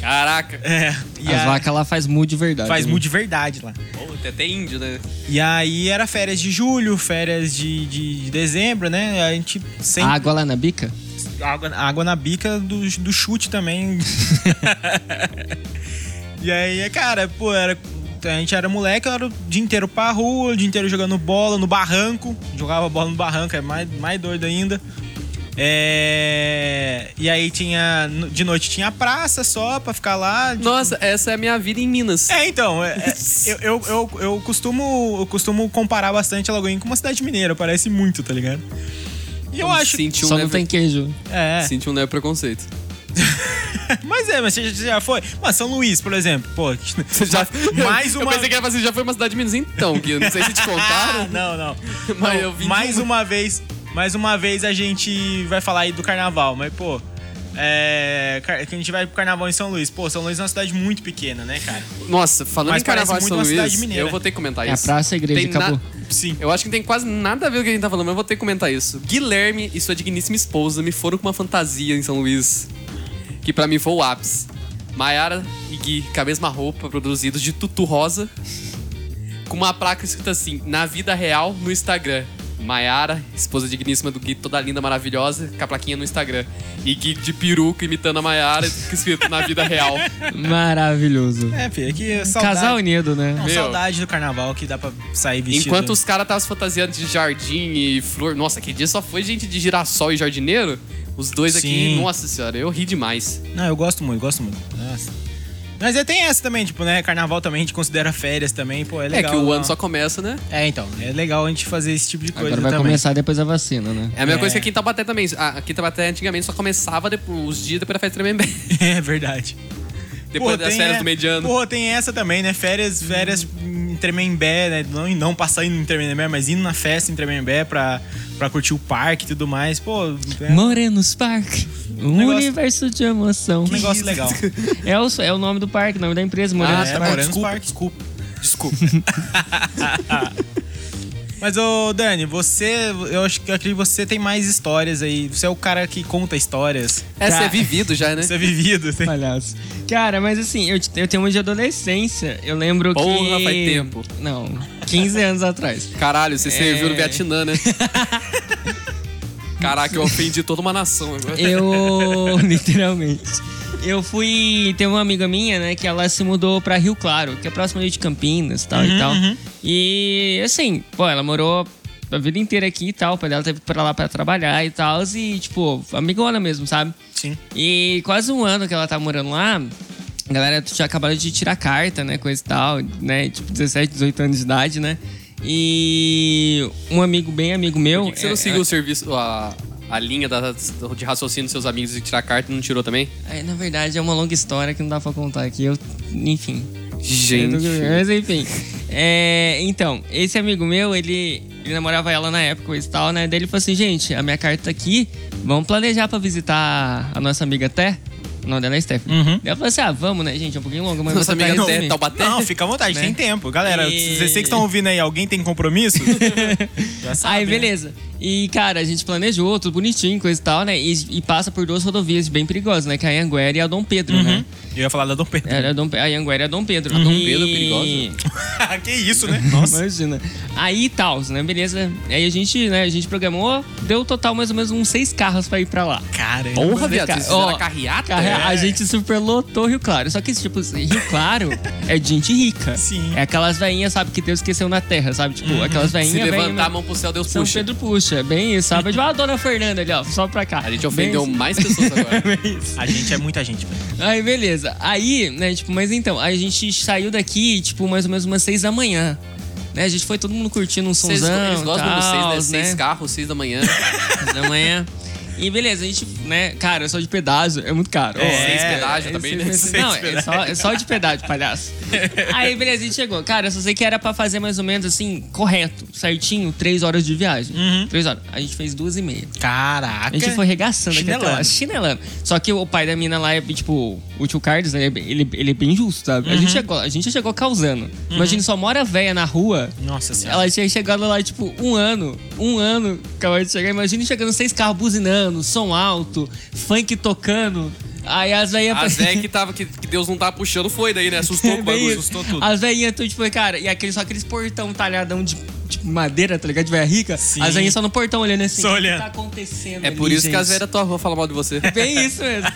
S1: Caraca.
S3: É, e
S2: As
S3: a-
S2: vacas lá faz mu de verdade.
S3: faz
S2: né?
S3: muito de verdade lá.
S1: Pô, tem até índio, né?
S3: E aí era férias de julho, férias de, de, de dezembro, né? A gente sempre.
S2: Água lá na bica?
S3: Água, água na bica do, do chute também. e aí, cara, pô, era. A gente era moleque, era o dia inteiro pra rua, o dia inteiro jogando bola no barranco. Jogava bola no barranco, é mais, mais doido ainda. É, E aí tinha. De noite tinha praça só pra ficar lá.
S1: Nossa, essa é a minha vida em Minas.
S3: É, então, é- é- eu, eu, eu, eu costumo, eu costumo comparar bastante a Lagoinha com uma cidade mineira, parece muito, tá ligado? E eu acho.
S1: Senti um
S2: Só não
S1: leve-
S2: tem queijo.
S3: É,
S1: Senti um leve preconceito.
S3: mas é, mas você já- você já foi. Mas São Luís, por exemplo, pô.
S1: Você já-
S3: Mais
S1: Eu
S3: uma.
S1: pensei que era pra você, já foi uma cidade de Minas então, Gui. Eu Não sei se te
S3: Ah,
S1: contaram,
S3: não, não.
S1: mas
S3: Não,
S1: eu vim
S3: mais
S1: de...
S3: uma vez, mais uma vez a gente vai falar aí do carnaval, mas pô, é, car- que a gente vai pro carnaval em São Luís. Pô, São Luís é uma cidade muito pequena, né, cara?
S1: Nossa, falando
S3: Mas
S1: em Carnaval
S3: parece
S1: de São
S3: muito uma cidade
S1: Luís,
S3: mineira.
S1: eu vou ter que comentar
S2: É a
S1: isso.
S2: praça, a igreja,
S1: Tem na-
S2: acabou.
S3: Sim.
S1: Eu acho que não tem quase nada a ver com o que a gente tá falando, mas eu vou ter que comentar isso. Guilherme e sua digníssima esposa me foram com uma fantasia em São Luís, que pra mim foi o ápice. Maiara e Gui, com a mesma roupa, produzidos de tutu rosa, com uma placa escrita assim, na vida real, no Instagram. Maiara, esposa digníssima do Gui, toda linda, maravilhosa, com a plaquinha no Instagram. E Gui de peruca imitando a Maiara, escrito na vida real.
S2: Maravilhoso.
S3: É, filho, é que saudade.
S2: Casal unido, né?
S3: Não,
S1: Um Meu.
S3: saudade do carnaval que dá pra sair vestido. um
S1: Enquanto os caras estavam se fantasiando de jardim e flor. Nossa, que dia só foi gente de girassol e jardineiro. Os dois aqui,
S3: Sim.
S1: nossa senhora, eu ri demais. É
S3: Não, eu gosto muito, gosto muito. Nossa. Mas é, tem essa também, tipo, né? Carnaval também a gente considera férias também, pô, é legal.
S1: é que o
S3: não.
S1: ano só começa, né?
S3: É, então, é legal a gente fazer esse tipo de coisa
S2: Agora vai
S3: também.
S2: começar depois a vacina, né?
S1: É a mesma
S3: É.
S1: coisa que aqui em Taubaté também. Ah, Aqui em Taubaté antigamente só começava depois, os dias depois da festa tremembé.
S3: É verdade.
S1: Depois
S3: Pô,
S1: das
S3: tem
S1: férias
S3: é-
S1: do mediano.
S3: Pô, tem essa também, né? Férias, férias em Tremembé, né? Não, não passar indo em Tremembé, mas indo na festa em Tremembé pra, pra curtir o parque e tudo mais. Pô, é um
S2: Morenos Park. Um
S3: Negócio-
S2: universo de emoção.
S3: um negócio legal.
S2: É o, é o nome do parque, o nome da empresa,
S1: Ah,
S2: Morenos
S3: é,
S1: tá bom,
S3: Morenos
S1: desculpa,
S3: Park. Desculpa.
S1: Desculpa.
S3: Mas, ô, Dani, você... Eu acho que eu acredito que você tem mais histórias aí. Você é o cara que conta histórias.
S1: Essa é
S2: Cara.
S1: vivido já, né?
S3: Você é vivido. Você...
S2: Palhaço. Cara, mas assim, eu, eu tenho uma de adolescência. Eu lembro que.
S1: Porra, faz tempo.
S2: Não, 15 anos atrás.
S1: Caralho, você serviu no
S2: É.
S1: Vietnã, né? Caraca, eu ofendi toda uma nação agora.
S2: Eu. literalmente. Eu fui. Tem uma amiga minha, né, que ela se mudou pra Rio Claro, que é próximo ali de Campinas tal
S1: Uhum,
S2: e tal. E assim, pô, ela morou a vida inteira aqui e tal. O pai dela teve que ir pra lá pra trabalhar e tal. E, tipo, amigona mesmo, sabe?
S3: Sim.
S2: E quase um ano que ela tá morando lá. A galera tinha acabado de tirar carta, né? Coisa e tal, né? Tipo, 17, 18 anos de idade, né? E um amigo, bem amigo meu.
S3: Então,
S1: Por que, que você
S2: é-
S1: não seguiu o serviço, a, a linha da- de raciocínio dos seus amigos de tirar carta e não tirou também?
S2: é- é, na verdade, é uma longa história que não dá pra contar aqui. Eu, enfim.
S1: Gente.
S2: Mas enfim. É, então, esse amigo meu, ele, ele namorava ela na época coisa e tal, né? Daí ele falou assim, gente, a minha carta tá aqui, vamos planejar pra visitar a nossa amiga Té. O nome dela é Stephanie.
S3: Uhum.
S2: Daí eu falei assim, ah, vamos, né, gente? É um pouquinho longo, mas
S1: Nossa
S2: você tá
S1: amiga
S3: Não,
S1: Zé,
S2: resume.
S1: Taubaté?
S3: Não, fica à vontade, tem tempo. Galera,
S2: E-
S3: vocês que estão ouvindo aí, alguém tem compromisso? Já sabe,
S2: Aí,
S3: né?
S2: beleza. E, cara, a gente planejou, tudo bonitinho, coisa e tal, né? E, e passa por duas rodovias bem perigosas, né? Que é a Anguera e a Dom Pedro, né?
S3: Uhum. Eu ia falar da Dom Pedro.
S2: Era a, Dom, Pe- a Anguera e a Dom Pedro.
S1: Uhum. Dom
S2: E-
S1: Pedro, é perigosa.
S3: que isso, né? Nossa.
S2: Imagina. Aí tal, né? Beleza. Aí a gente, né, a gente programou, deu total mais ou menos uns seis carros pra ir pra lá.
S3: Cara,
S1: Porra, viado,
S2: Cara,
S1: vocês fizeram
S2: ó,
S1: a carreata?
S2: Cara,
S1: É.
S2: a gente superlotou Rio Claro. Só que esse tipo, Rio Claro é de gente rica.
S3: Sim.
S2: É aquelas veinhas, sabe, que Deus esqueceu na terra, sabe? Tipo, aquelas veinhas.
S1: Uhum. Se
S2: veinha,
S1: levantar a mão pro céu, Deus
S2: São
S1: puxa.
S2: Pedro puxa. Bem isso, sabe? Tipo, ah, a dona Fernanda ali, ó, só pra cá.
S1: A gente ofendeu um. mais pessoas agora.
S2: Bem isso.
S3: a gente é muita gente. velho.
S2: Aí, beleza. Aí, né, tipo, mas então, a gente saiu daqui, tipo, mais ou menos umas seis da manhã. Né, a gente foi todo mundo curtindo um
S1: Vocês,
S2: somzão,
S1: eles gostam de vocês, né?
S2: tals,
S1: Seis carros, seis da manhã.
S2: Seis da manhã. E beleza, a gente, né, cara, só de pedágio é muito caro.
S3: É,
S1: seis pedágio
S2: É,
S1: também,
S2: seis
S1: né?
S2: pedágio. Não, é só, é só de pedágio, palhaço. Aí, beleza, a gente chegou. Cara, eu só sei que era pra fazer mais ou menos assim, correto, certinho, três horas de viagem.
S3: Uhum.
S2: Três horas. A gente fez duas e meia. A
S3: Caraca.
S2: gente foi regaçando aqui até lá,
S3: Chinelando.
S2: chinelando. Só que o pai da mina lá é, tipo, o tio Carlos, né, ele, ele, ele é bem justo, sabe? A, gente chegou, a gente chegou causando. Imagina, só mora véia na rua.
S3: Nossa senhora.
S2: Ela tinha chegado lá, tipo, um ano. Um ano acabou de chegar. Imagina chegando seis carros buzinando, som alto, funk tocando. Aí as veinhas...
S1: A Zé que, tava, que, que Deus não tava puxando foi daí, né? Assustou
S2: É
S1: o
S2: bem
S1: bagulho,
S2: isso.
S1: assustou tudo.
S2: As veinhas, tu, tipo, cara, e aquele, só aqueles portão talhadão de, de madeira, tá ligado? De velha rica.
S3: Sim.
S2: As veinhas só no portão olhando assim.
S3: Só
S2: "O que
S3: olhando.
S2: tá acontecendo
S1: É
S2: ali,
S1: por isso que a
S2: gente?"
S1: Zé da tua rua fala mal de você.
S2: Bem isso mesmo.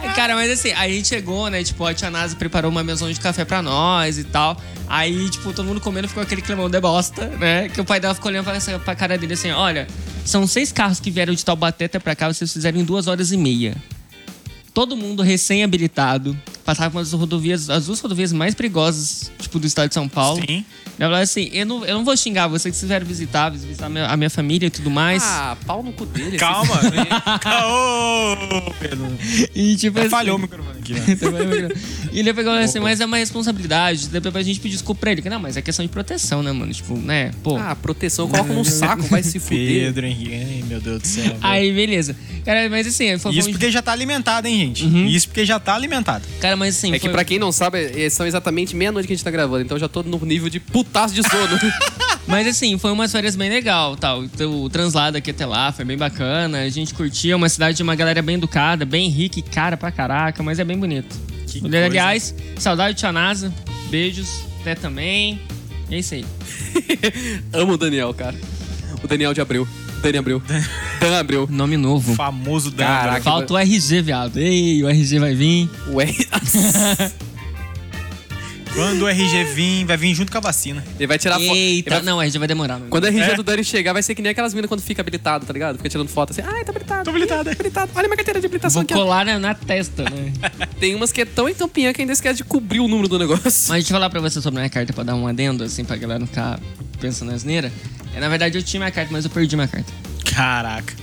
S2: Aí, cara, mas assim, aí a gente chegou, né? Tipo, a tia Nasa preparou uma mesão de café pra nós e tal. Aí, tipo, todo mundo comendo ficou aquele climão de bosta, né? Que o pai dela ficou olhando pra, essa- pra cara dele assim: olha, são seis carros que vieram de Taubaté até pra cá, vocês fizeram em duas horas e meia. Todo mundo recém-habilitado, passava pelas rodovias, as duas rodovias mais perigosas, tipo, do estado de São Paulo.
S3: Sim.
S2: Na verdade, assim, eu não, eu não vou xingar vocês que fizeram visitar, visitar a minha, a minha família e tudo mais.
S1: Ah, pau no cu dele.
S3: Calma.
S1: Vocês-
S3: Ô, Pedro.
S2: e, tipo, assim-
S3: É Falhou o microfone aqui, né?
S2: e ele pegou e falou assim, mas é uma responsabilidade. Depois a gente pediu desculpa pra ele. Que, Não, mas é questão de proteção, né, mano? Tipo, né? Pô.
S1: Ah, proteção, coloca num saco, vai se fuder.
S3: Pedro Henrique. Ai, meu Deus do céu. velho.
S2: Aí, beleza. Cara, mas assim, foi, foi
S3: Isso
S2: um-
S3: porque já tá alimentado, hein, gente? Isso porque já tá alimentado.
S2: Cara, mas assim,
S1: É que
S2: foi-
S1: pra quem não sabe, eh, são exatamente meia-noite que a gente tá gravando, então eu já tô no nível de putaço de sono.
S2: Mas assim, foi umas férias bem legal, tal. Então, O translado aqui até lá foi bem bacana. A gente curtia uma cidade de uma galera bem educada, bem rica e cara pra caraca, mas é bem bonito.
S3: Que
S2: Mulher,
S3: coisa.
S2: aliás, saudade de Tia Nasa. Beijos, até também. E É isso aí.
S1: Amo o Daniel, cara. O Daniel de Abreu. Dani Abreu. Dan Abreu.
S2: Nome novo.
S3: Famoso Dan.
S1: Caraca.
S2: Falta o RG, viado. Ei, o RG vai vir.
S1: Ué.
S3: Quando o RG vir, vai vir junto com a vacina.
S1: Ele vai tirar foto. Ele
S2: Eita,
S1: vai-
S2: não, RG vai demorar. Meu
S1: Quando a RG
S3: É.
S1: do Dani chegar, vai ser que nem aquelas minas quando fica habilitado, tá ligado? Fica tirando foto assim, ai, tá habilitado.
S3: Tô habilitado,
S1: Ih,
S3: é."
S1: habilitado. Olha minha carteira de habilitação
S2: Vou
S1: aqui. ó.
S2: colar na, na testa, né?
S1: Tem umas que é tão em tampinha que ainda esquece de cobrir o número do negócio.
S2: Mas deixa eu falar pra você sobre a minha carta pra dar um adendo, assim, pra galera não ficar pensando na asneira. É, na verdade, eu tinha minha carta, mas eu perdi minha carta.
S3: Caraca.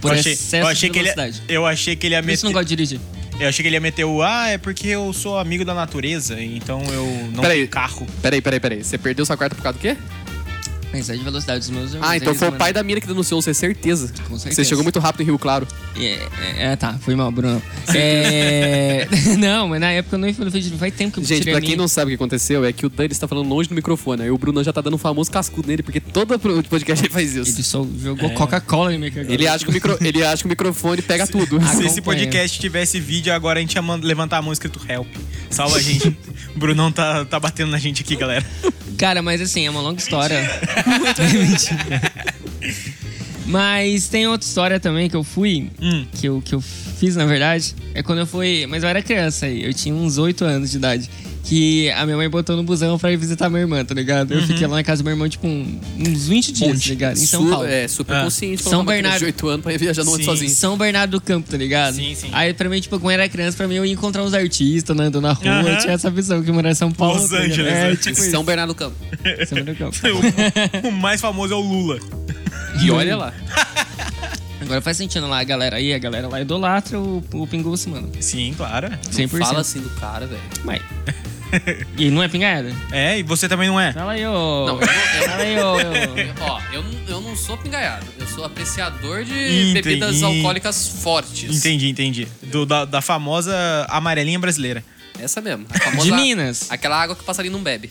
S2: Por
S3: eu achei,
S2: excesso
S3: eu achei
S2: de
S3: que ele,
S2: velocidade.
S3: Eu achei que ele ia
S2: Por isso
S3: meter.
S2: eu não gosta de dirigir.
S3: Eu achei que ele ia meter o. Ah, é porque eu sou amigo da natureza, então eu não
S1: Peraí.
S3: tenho carro.
S1: Peraí, peraí, peraí. Você perdeu sua carta por causa do quê?
S2: Mas é de velocidade dos meus
S1: Ah, então foi o pai da mina que denunciou, você é certeza.
S2: Com
S1: Você
S2: certeza.
S1: chegou muito rápido em Rio Claro.
S2: É, é, tá, foi mal, Bruno. É... não, mas na época eu não falei, faz tempo que eu
S1: Gente,
S2: tirei
S1: pra
S2: a
S1: quem
S2: minha.
S1: não sabe o que aconteceu, é que o Dani está falando longe do microfone. Aí o Bruno já tá dando um famoso cascudo nele, porque todo pro- podcast ele faz isso.
S2: Ele só jogou Coca-Cola em mim. que agora-
S1: Ele acha que o, micro- ele acha que o microfone pega tudo.
S3: Se
S2: Ah, Acompanha.
S3: esse podcast tivesse vídeo, agora a gente ia mand- levantar a mão escrito help. Salva a gente. o Brunão tá, tá batendo na gente aqui, galera.
S2: Cara, mas assim, é uma longa história. Muito mentira. Mas tem outra história também que eu fui,
S3: Hum.
S2: que, eu, que eu fiz, na verdade. É quando eu fui. Mas eu era criança aí, eu tinha uns 8 anos de idade. que a minha mãe botou no busão pra ir visitar minha irmã, tá ligado?
S3: Uhum.
S2: Eu fiquei lá na casa do meu irmão, tipo, um- uns 20 dias, tá ligado? Em São
S1: Su-
S2: Paulo.
S1: É, super
S3: Ah.
S1: consciente.
S2: São
S1: colocar uma criança
S2: Bernardo.
S1: de 8 anos pra ir viajar no ônibus
S3: Sim.
S1: sozinho.
S2: São Bernardo do Campo, tá ligado?
S3: Sim, sim.
S2: Aí pra mim, tipo, quando eu era criança, pra mim eu ia encontrar uns artistas né, andando na rua,
S3: Aham.
S2: eu tinha essa visão que morar em São Paulo.
S3: Los
S2: tá ligado?
S3: Angeles,
S2: é,
S3: né? um
S2: tipo isso.
S1: São Bernardo do Campo.
S2: São Bernardo do Campo.
S3: O, o mais famoso é o Lula.
S1: E olha lá.
S2: Agora faz sentido lá a galera aí, a galera lá idolatra o, o Pinguço, mano.
S3: Sim, claro. é.
S2: 100%.
S1: Não fala assim do cara, velho.
S2: Mas... E ele não é pingaeda?
S3: É, e você também não é?
S2: Fala aí, ô.
S1: Não, eu não- eu-
S2: Fala aí, ô. ô.
S1: Ó, eu, não- eu não sou pingaiado. Eu sou apreciador de
S3: Entendi.
S1: bebidas alcoólicas fortes.
S3: Entendi, entendi. Do- da, da famosa amarelinha brasileira.
S1: Essa mesmo. A famosa,
S2: De Minas.
S1: Aquela água que o passarinho não bebe.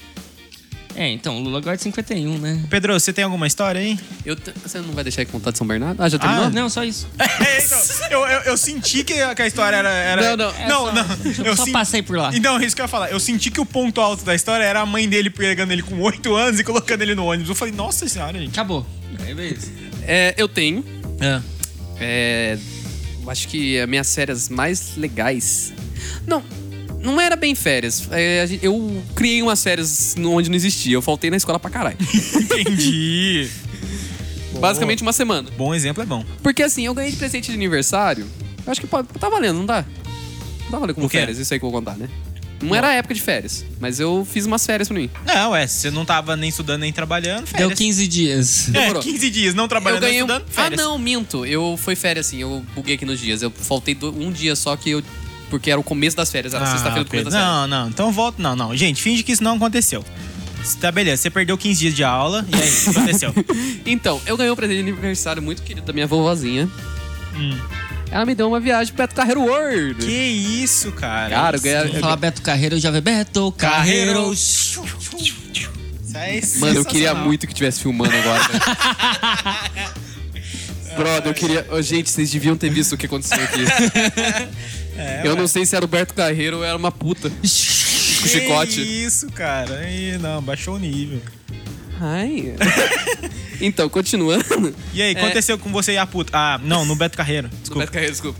S2: É, então, o Lula gosta de 51, né?
S3: Pedro, você tem alguma história aí?
S1: Eu te- Você não vai deixar de contar de São Bernardo? Ah, já
S2: Não,
S1: terminou?
S2: não, só isso.
S3: É, então, eu, eu, eu senti que a, que a história era,
S1: Não,
S3: era-
S1: não.
S2: É
S3: Ah, Não,
S2: só-
S3: não.
S2: Eu só
S3: sen-
S2: passei por lá.
S3: Então, é isso que eu ia falar. Eu senti que o ponto alto da história era a mãe dele pegando ele com 8 anos e colocando ele no ônibus. Eu falei, nossa senhora, gente.
S2: Acabou. É beleza.
S1: É, eu tenho.
S3: É.
S1: É, eu acho que as minhas férias mais legais. Não, não era bem férias. É, a gente- eu criei umas férias onde não existia. Eu faltei na escola pra caralho.
S3: Entendi.
S1: Basicamente uma semana.
S3: Bom exemplo é bom.
S1: Porque assim, eu ganhei de presente de aniversário. Eu acho que pode, tá valendo, não dá? Não tá valendo como
S3: O quê?
S1: férias, isso aí que eu vou contar, né? Não era a época de férias, mas eu fiz umas férias pra mim.
S3: Não, é, você não tava nem estudando nem trabalhando, férias.
S2: Deu 15 dias.
S3: É,
S1: demorou.
S3: 15 dias, não trabalhando,
S1: eu ganhei.
S3: nem
S1: um-
S3: estudando,
S1: Ah,
S3: férias.
S1: não, minto. Eu foi férias assim, eu buguei aqui nos dias. Eu faltei do- um dia só que eu. Porque era o começo das férias, era Ah, sexta-feira do começo
S3: Pedro,
S1: das férias.
S3: Ah, Não, não, então volta. Não, não. Gente, finge que isso não aconteceu. Tá, beleza, você perdeu 15 dias de aula e aí, o que aconteceu?
S1: Então, eu ganhei um presente de aniversário muito querido da minha vovozinha.
S3: Hum.
S1: Ela me deu uma viagem pro Beto Carreiro World.
S3: que isso, cara?
S1: Cara, eu
S3: Isso.
S1: ganhei.
S2: Falar Beto Carreiro, eu já vi Beto Carreiro.
S3: Isso é
S1: Mano, eu queria
S3: sensacional.
S1: muito que tivesse filmando agora. velho. Brother, eu queria. Ô, gente, vocês deviam ter visto o que aconteceu aqui.
S3: É,
S1: eu não sei se era o Beto Carreiro ou era uma puta. Com
S3: Que
S1: um chicote.
S3: isso, cara. Aí, não, baixou o nível.
S1: Ai. então, continuando.
S3: E aí, aconteceu com você e a puta? Ah, não, no Beto Carreiro.
S1: Desculpa.
S3: Desculpa.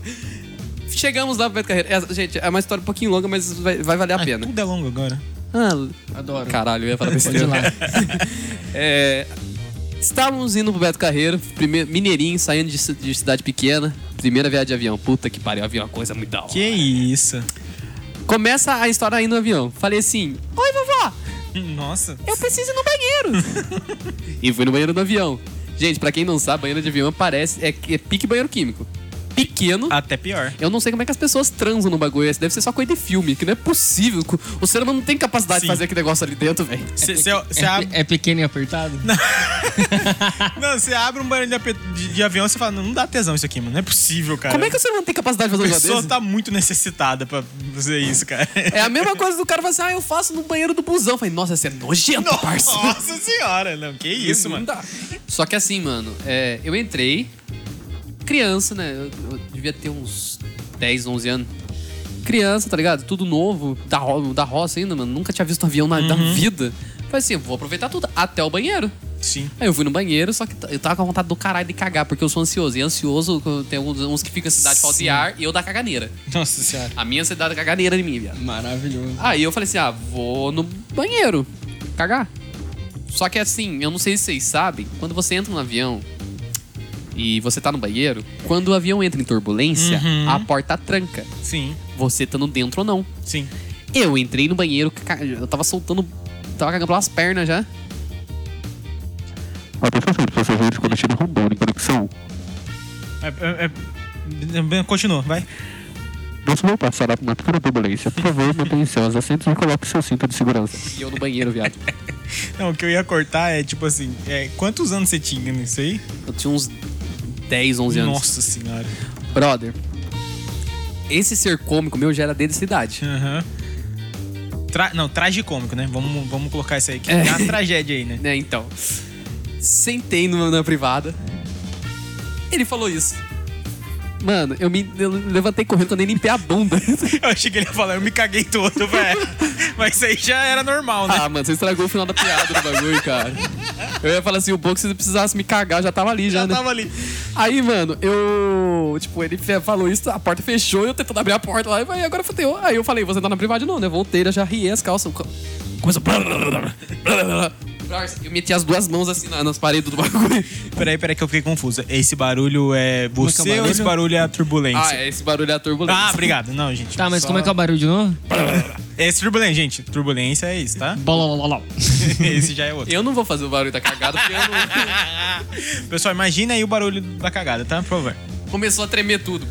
S1: Beto Carreiro, desculpa. Chegamos lá pro Beto Carreiro. Essa- gente, é uma história um pouquinho longa, mas vai, vai valer a
S3: Ah,
S1: Tá pena.
S3: tudo é longo agora.
S1: Ah,
S2: Adoro.
S1: caralho, eu ia falar besteira.
S2: Pode ir lá.
S1: É, estávamos indo pro Beto Carreiro, primeiro, mineirinho, saindo de, ci- de cidade pequena. Primeira viagem de avião. Puta que pariu, avião é uma coisa muito da hora.
S3: Que isso.
S1: Começa a história indo no avião. Falei assim, oi vovó,
S3: Hum, Nossa.
S1: eu preciso ir no banheiro. e fui no banheiro do avião. Gente, pra quem não sabe, banheiro de avião parece... É, é pique banheiro químico. Pequeno...
S3: Até pior.
S1: Eu não sei como é que as pessoas transam no bagulho. Esse deve ser só coisa de filme, que não é possível. O ser humano não tem capacidade
S3: Sim.
S1: de fazer aquele negócio ali dentro, velho.
S3: Você
S2: é,
S3: abre,
S2: pe- é pequeno e apertado?
S3: não, você abre um banheiro de, ape- de- de avião e você fala, não, não dá tesão isso aqui, mano. Não é possível, cara.
S1: Como é que o ser humano tem capacidade de fazer um
S3: a
S1: negócio
S3: pessoa
S1: desse?
S3: tá muito necessitada pra fazer isso, cara?
S1: É a mesma coisa do cara falar assim, ah, eu faço no banheiro do busão. Eu Falei, nossa, você é nojento, parça.
S3: Nossa senhora, não, que isso,
S1: Não
S3: mano.
S1: dá. Só que assim, mano, é, eu entrei, criança, né? Eu, eu devia ter uns 10, 11 anos. Criança, tá ligado? Tudo novo, da, ro- da roça ainda, mano. Nunca tinha visto um avião na, na
S3: Uhum.
S1: vida. Falei assim, vou aproveitar tudo, até o banheiro.
S3: Sim.
S1: Aí eu fui no banheiro, só que t- eu tava com vontade do caralho de cagar, porque eu sou ansioso. E ansioso, tem alguns uns que ficam em cidade falta de
S3: Sim.
S1: ar e eu da caganeira.
S3: Nossa senhora.
S1: A minha ansiedade da caganeira em mim, viado.
S2: Maravilhoso.
S1: Aí eu falei assim: ah, vou no banheiro cagar. Só que assim, eu não sei se vocês sabem, quando você entra num avião e você tá no banheiro, quando o avião entra em turbulência,
S3: Uhum.
S1: a porta tranca.
S3: Sim,
S1: Você estando dentro ou não.
S3: sim.
S1: Eu entrei no banheiro, ca- eu tava soltando. Tava cagando pelas pernas já.
S4: Atenção, senhores passageiros, conectivo Rondônia em conexão.
S3: É- é- é- Continua, vai.
S4: Nosso voo passará por uma pequena turbulência. Por favor, mantenha seus assentos e coloque seu cinto de segurança.
S1: E eu no banheiro, viado.
S3: Não, o que eu ia cortar é tipo assim, é, quantos anos você tinha nisso aí?
S1: Eu tinha uns 10, 11 anos.
S3: Nossa senhora.
S1: Brother. Esse ser cômico meu já era desde essa idade.
S3: Aham. Tra... Não, tragicômico, né? Vamos, vamos colocar isso aí, que é uma tragédia aí, né?
S1: né? Então. Sentei no, na privada. Ele falou isso. Mano, eu me eu levantei correndo que eu nem limpei a bunda.
S3: Eu achei que ele ia falar, eu me caguei todo, velho. Mas isso aí já era normal, né?
S1: ah, mano, você estragou o final da piada do bagulho, cara. Eu ia falar assim, o box se precisasse me cagar, já tava ali, já,
S3: já
S1: né?
S3: tava ali.
S1: Aí, mano, eu. Tipo, ele fe- falou isso, a porta fechou, eu tentando abrir a porta lá, e vai, agora fodeu. Aí eu falei, vou sentar na privada não, né? Voltei, eu já riei as calças. co- Começou. Eu meti as duas mãos assim na- nas paredes do bagulho.
S3: Peraí, peraí que eu fiquei confuso. Esse barulho é você
S2: barulho?
S3: ou esse barulho é a turbulência?
S1: Ah, é, esse barulho é a turbulência.
S3: Ah, obrigado. Não, gente.
S2: Tá, mas
S3: só-
S2: como é que é o barulho de novo?
S3: Esse turbulência, gente. Turbulência é isso, tá?
S2: Bolololol.
S3: esse já é outro.
S1: Eu não vou fazer o barulho da cagada, porque eu não...
S3: Pessoal, imagina aí o barulho da cagada, tá? Por favor.
S1: começou a tremer tudo.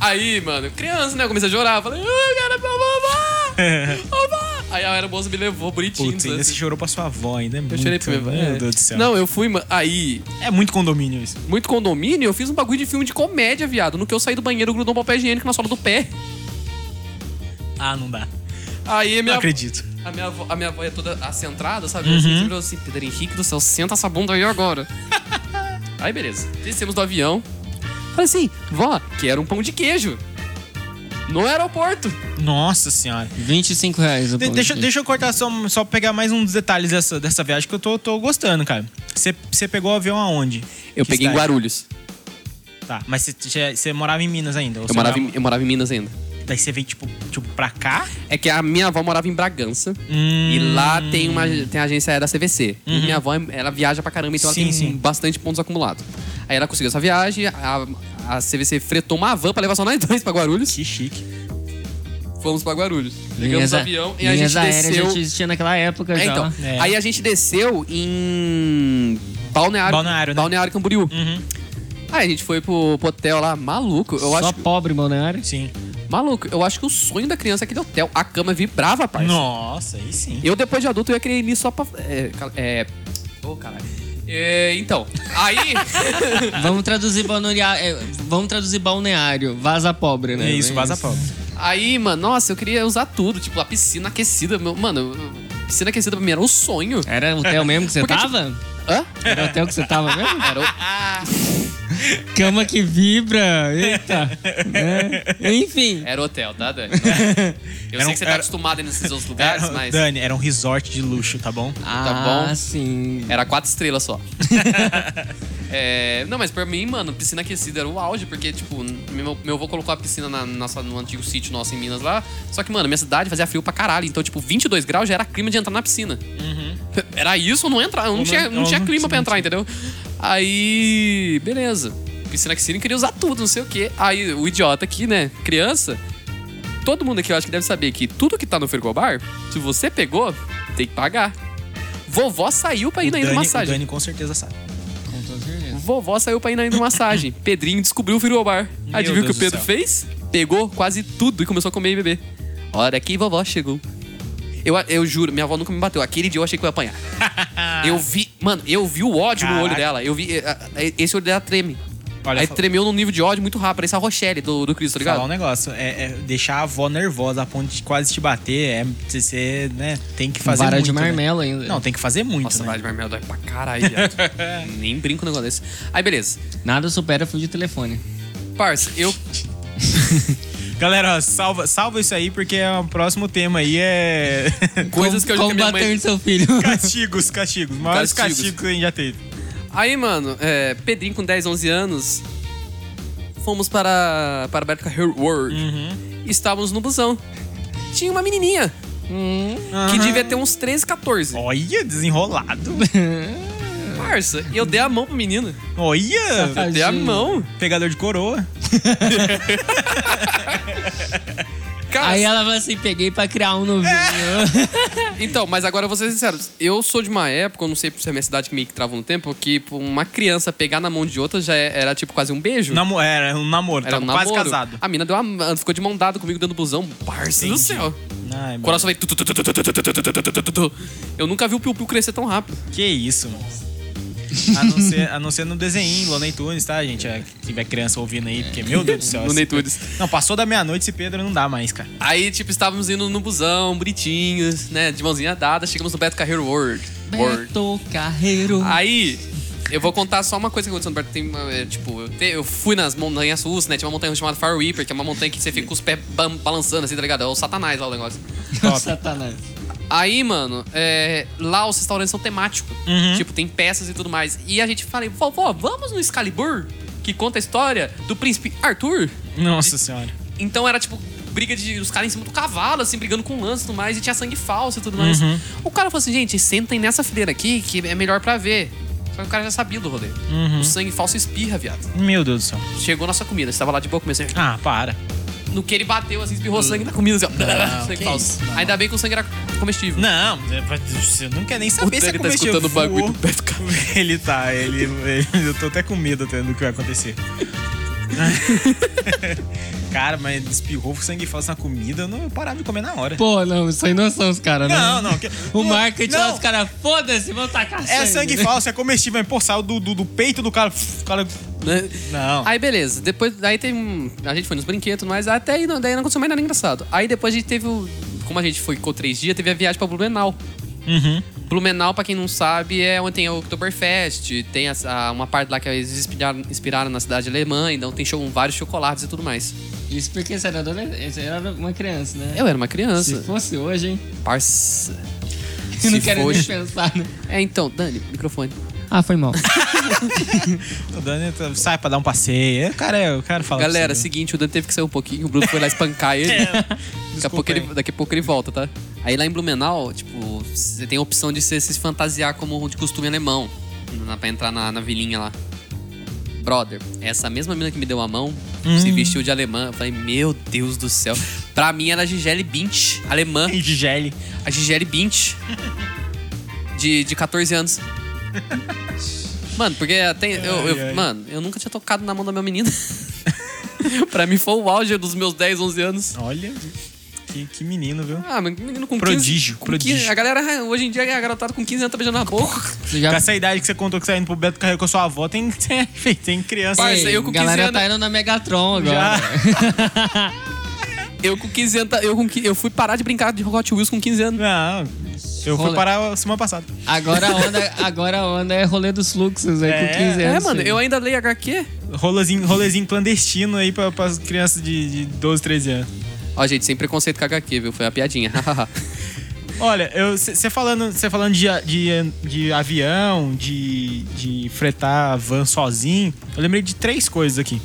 S1: Aí, mano, criança, né? Eu comecei a chorar. Falei, ah, cara, meu vovó! Vovó! Aí a aeromoça me levou bonitinho.
S3: Putz,
S1: sabe,
S3: ainda
S1: assim.
S3: você chorou pra sua avó ainda. É
S1: Eu chorei pra minha
S3: Meu Deus do céu.
S1: Não, eu fui, mano. Aí,
S3: É muito condomínio isso.
S1: muito condomínio, eu fiz um bagulho de filme de comédia, viado. No que eu saí do banheiro, grudou um papel higiênico na sola do pé.
S3: Ah, não dá.
S1: Aí a
S3: Não
S1: minha,
S3: acredito.
S1: a minha, avó, a minha avó é toda acentrada, sabe? Assim,
S3: Uhum.
S1: Você virou assim, Pedro Henrique do céu, senta essa bunda aí agora. aí, beleza. Descemos do avião. Falei assim, vó, quero um pão de queijo. No aeroporto.
S3: Nossa senhora.
S1: Tá
S2: 25 reais. o
S3: De-
S2: pão
S3: deixa,
S2: de queijo.
S3: deixa eu cortar só, só pegar mais uns detalhes dessa, dessa viagem que eu tô, tô gostando, cara. Você- Você pegou o avião aonde?
S1: Eu
S3: Que
S1: peguei em
S3: cidade?
S1: Guarulhos.
S3: Tá, mas você- você você morava em Minas ainda? ou
S1: Eu
S3: você
S1: morava, em, eu morava em Minas ainda.
S3: Daí você veio, tipo, tipo pra cá?
S1: É que a minha avó morava em Bragança.
S3: Hum, Uhum.
S1: E lá tem uma tem a agência da CVC. E minha avó, ela viaja pra caramba, então
S3: Sim,
S1: ela tem
S3: sim.
S1: bastante pontos acumulados. Aí ela conseguiu essa viagem, a, a CVC fretou uma van pra levar só nós dois pra Guarulhos.
S3: Que chique.
S1: Fomos pra Guarulhos. Pegamos
S2: Linhas
S1: o
S2: a-
S1: avião e a
S2: linhas
S1: gente
S2: aéreas
S1: desceu.
S2: já existia naquela época
S1: É,
S2: já.
S1: então,
S3: É.
S1: Aí a gente desceu em Balneário,
S3: Balneário, né?
S1: Balneário Camboriú.
S3: Uhum.
S1: Aí a gente foi pro, pro hotel lá, maluco. Eu
S2: Só
S1: acho,
S2: pobre, balneário.
S3: Sim.
S1: maluco, eu acho que o sonho da criança é aquele hotel. A cama vibrava, parça.
S3: Nossa, aí sim.
S1: Eu, depois de adulto, eu ia querer ir só pra. É. cal- é Ô, caralho. É, então, aí.
S2: Vamos traduzir balneário. é, Vamos traduzir balneário. Vaza pobre, né?
S3: É isso,
S2: Mas-
S3: vaza pau.
S1: aí, mano, nossa, eu queria usar tudo. Tipo, a piscina aquecida. meu- Mano, piscina aquecida pra mim era um sonho.
S3: É.
S2: Era o hotel mesmo que você
S1: Porque, tipo,
S2: tava?
S1: Hã?
S2: Era o hotel que você tava mesmo?
S1: Era o-
S2: Cama que vibra. Eita. É. Enfim.
S1: Era hotel, tá, Dani? Eu
S3: Era
S1: sei
S3: um-
S1: que você tá
S3: era-
S1: acostumado nesses outros lugares,
S3: Era-
S1: mas.
S3: É, Dani, era um resort de luxo, tá bom?
S1: Tá bom.
S2: Ah, sim.
S1: Era quatro estrelas só. É, não, mas pra mim, mano, piscina aquecida era o auge, porque, tipo, meu, meu avô colocou a piscina na nossa, no antigo sítio nosso em Minas lá. Só que, mano, minha cidade fazia frio pra caralho. Então, tipo, 22 graus já era clima de entrar na piscina. Era isso ou não entrar? Eu Não
S3: Uhum. Ou
S1: tinha,
S3: não-
S1: não tinha
S3: ou não
S1: clima pra
S3: tinha,
S1: entrar, entendeu? Aí, beleza. Piscina aquecida, eu queria usar tudo, não sei o quê. Aí, o idiota aqui, né, criança, todo mundo aqui eu acho que deve saber que tudo que tá no frigobar, se você pegou, tem que pagar. Vovó saiu pra ir na
S3: Dani,
S1: hidromassagem.
S3: o Dani com certeza sabe.
S2: Com toda certeza.
S1: Vovó saiu pra ir na hidromassagem. Pedrinho descobriu o frigobar.
S3: Meu
S1: Adivinha o que
S3: Deus
S1: o
S3: do
S1: Pedro
S3: céu.
S1: fez? Pegou quase tudo e começou a comer e beber. Hora que vovó chegou. Eu, eu juro, minha avó nunca me bateu. Aquele dia eu achei que eu ia apanhar. eu vi, mano, eu vi o ódio no olho
S3: Caraca.
S1: dela. Eu vi. eh, ah, eh, Esse olho dela treme.
S3: Olha,
S1: Aí
S3: fa-
S1: tremeu num nível de ódio muito rápido. Parece a Rochelle do, do Cristo, tá ligado?
S3: falar um negócio, é, é deixar a avó nervosa a ponto de quase te bater, é você, né, tem que fazer
S2: Vara
S3: muito.
S2: de
S3: né?
S2: marmelo ainda.
S3: Não, tem que fazer muito,
S1: Nossa,
S3: né?
S1: vai de marmelo dói pra caralho. viado. Nem brinco um negócio desse. Aí, beleza.
S2: Nada supera fio de telefone.
S1: Parça, eu.
S3: Galera, ó, salva, salva isso aí, porque é o próximo tema aí é
S1: Coisas que eu já
S2: Como
S1: que a minha
S2: bater
S1: mãe.
S2: no seu filho.
S3: castigos, castigos. Maiores
S1: Castigos.
S3: castigos. que a gente já teve.
S1: Aí, mano, é, Pedrinho com 10, 11 anos, fomos para, para Beto Carreiro World. Estávamos no busão. Tinha uma menininha, que devia ter uns 13, 14.
S3: Olha, desenrolado.
S1: Parça, eu dei a mão pro menino.
S3: Olha,
S1: Eu dei a
S2: Tadinho.
S1: mão.
S3: pegador de coroa.
S1: Cara,
S2: Aí ela fala assim: peguei pra criar um novinho.
S1: É. Então, mas agora eu vou ser sincero. Eu sou de uma época, eu não sei se é a minha cidade que meio que trava no tempo, que pô, uma criança pegar na mão de outra já é- era tipo quase um beijo.
S3: Namo- era um namoro,
S1: Era
S3: tava
S1: um
S3: quase
S1: namoro.
S3: casado.
S1: A mina deu uma, ficou de mão dada comigo dando busão. Parça do
S3: Entendi.
S1: céu. O
S3: Ai, mano,
S1: coração vai. tu, tu, tu, tu, tu, tu, tu, tu, tu, tu, tu, tu, tu. Eu nunca vi o Piu Piu crescer tão rápido.
S3: que isso, mano. A não, ser, a não ser no desenho, Loney Tunes, tá, gente? É, Se tiver criança ouvindo aí, porque, meu Deus do céu.
S1: No
S3: esse-
S1: Neitudes.
S3: Não, passou da meia-noite esse Pedro não dá mais, cara.
S1: Aí, tipo, estávamos indo no busão, bonitinhos, né? De mãozinha dada, chegamos no Beto Carreiro World. World.
S2: Beto Carreiro.
S1: Aí, Eu vou contar só uma coisa que aconteceu no Alberta. Tem, uma, é, tipo, eu, te- eu fui nas montanhas russas, né? Tinha uma montanha chamada Fire Reaper, que é uma montanha que você fica com os pés bam- balançando, assim, tá ligado? É o satanás lá o negócio.
S2: Satanás.
S1: Aí, mano, é, lá os restaurantes são temáticos.
S3: Uhum.
S1: Tipo, tem peças e tudo mais. E a gente falei, vovó, vamos no Excalibur, que conta a história do príncipe Arthur.
S3: Nossa senhora.
S1: Então era tipo briga de os caras em cima do cavalo, assim, brigando com lança e tudo mais, e tinha sangue falso e tudo mais.
S3: Uhum.
S1: O cara falou assim, gente, sentem nessa fileira aqui que é melhor pra ver. Só que o cara já sabia do rolê.
S3: Uhum.
S1: O sangue falso espirra, viado.
S3: Meu Deus do céu.
S1: Chegou nossa comida, você tava lá de boa, comecei.
S3: Ah, para.
S1: No que ele bateu, assim, espirrou sangue na comida, assim, ó. sangue
S3: que
S1: falso.
S3: isso, não.
S1: Ainda bem que o sangue era comestível.
S3: Não, é pra- você não quer nem
S1: O
S3: saber se é
S1: Dani tá
S3: comestível.
S1: escutando o bagulho
S3: Voou.
S1: do Beto Carreiro.
S3: Ele tá, ele, ele- Eu tô até com medo até do que vai acontecer. Cara, mas espirrou sangue falso na comida, eu não eu parava de comer na hora.
S2: Pô, não, sem noção os caras, né?
S3: Não, não, que-
S2: O marketing lá,
S3: Não.
S2: os caras, foda-se, vão tacar sangue.
S3: É sangue falso, é comestível, mas pô, saiu do, do, do peito do cara. O cara.
S1: né?
S3: Não.
S1: Aí beleza, depois daí tem. um- A gente foi nos brinquedos, mas até aí não, daí não aconteceu mais nada engraçado. Aí depois a gente teve o. Como a gente foi ficou três dias, teve a viagem pra Blumenau.
S3: Uhum.
S1: Blumenau, pra quem não sabe, é onde tem o Oktoberfest, tem as- a- uma parte lá que eles inspiraram, inspiraram na cidade alemã, então tem cho- vários chocolates e tudo mais.
S2: Isso porque você era, adolescente, você era uma criança, né?
S1: Eu era uma
S2: Se
S1: criança.
S2: fosse hoje, hein?
S1: Parça.
S2: Eu não
S1: Se
S2: quero
S1: fosse-
S2: nem pensar, né?
S1: É, então, Dani, microfone.
S2: Ah, foi mal.
S3: O Dani tá- sai pra dar um passeio. É, O cara, é- o cara fala.
S1: Galera,
S3: assim,
S1: seguinte, o Dani teve que sair um pouquinho, o Bruno foi lá espancar ele. daqui, a pouco
S3: É, desculpa aí.
S1: ele daqui a pouco ele volta, tá? Aí lá em Blumenau, tipo, você tem a opção de você se fantasiar como de costume alemão. Na, pra entrar na, na vilinha lá. Brother, essa mesma mina que me deu a mão se vestiu de alemã. Eu falei, meu Deus do céu. Pra mim era a Gigele Bint, alemã.
S3: né? de gele.
S1: A Gigele Bint. De, de 14 anos. Mano, porque tem, eu, eu-
S3: Ai, ai.
S1: Mano, eu nunca tinha tocado na mão da minha menina. pra mim foi o auge dos meus 10, 11 anos.
S3: Olha, que, que menino, viu?
S1: Ah, mas menino com 15...
S3: Prodígio,
S1: com
S3: prodígio.
S1: 15 a galera, hoje em dia, a garotada com 15 anos tá beijando na boca.
S2: Você já
S3: Com essa idade que você contou que você tá indo pro Beto Carreiro com a sua avó, tem, tem, tem criança.
S1: Parça,
S2: Ei,
S1: eu com 15
S2: galera
S1: anos-
S2: tá indo na Megatron
S3: Já.
S2: agora.
S1: Eu com 15 anos... tá- Eu, com, qui- eu fui parar de brincar de Hot Wheels com 15 anos.
S3: Não, eu fui
S2: Rola.
S3: parar semana passada.
S2: Agora a onda, agora a onda é rolê dos fluxos aí
S3: É.
S2: com 15
S1: É,
S2: anos.
S1: mano,
S2: filho.
S1: eu ainda leio HQ.
S3: Rolezinho, rolezinho clandestino aí pra, pras crianças de, de 12, 13 anos.
S1: Ó, gente, sem preconceito com HQ, viu? Foi uma piadinha.
S3: Olha, você falando, cê falando de, a- de, de avião, de, de fretar van sozinho, eu lembrei de três coisas aqui.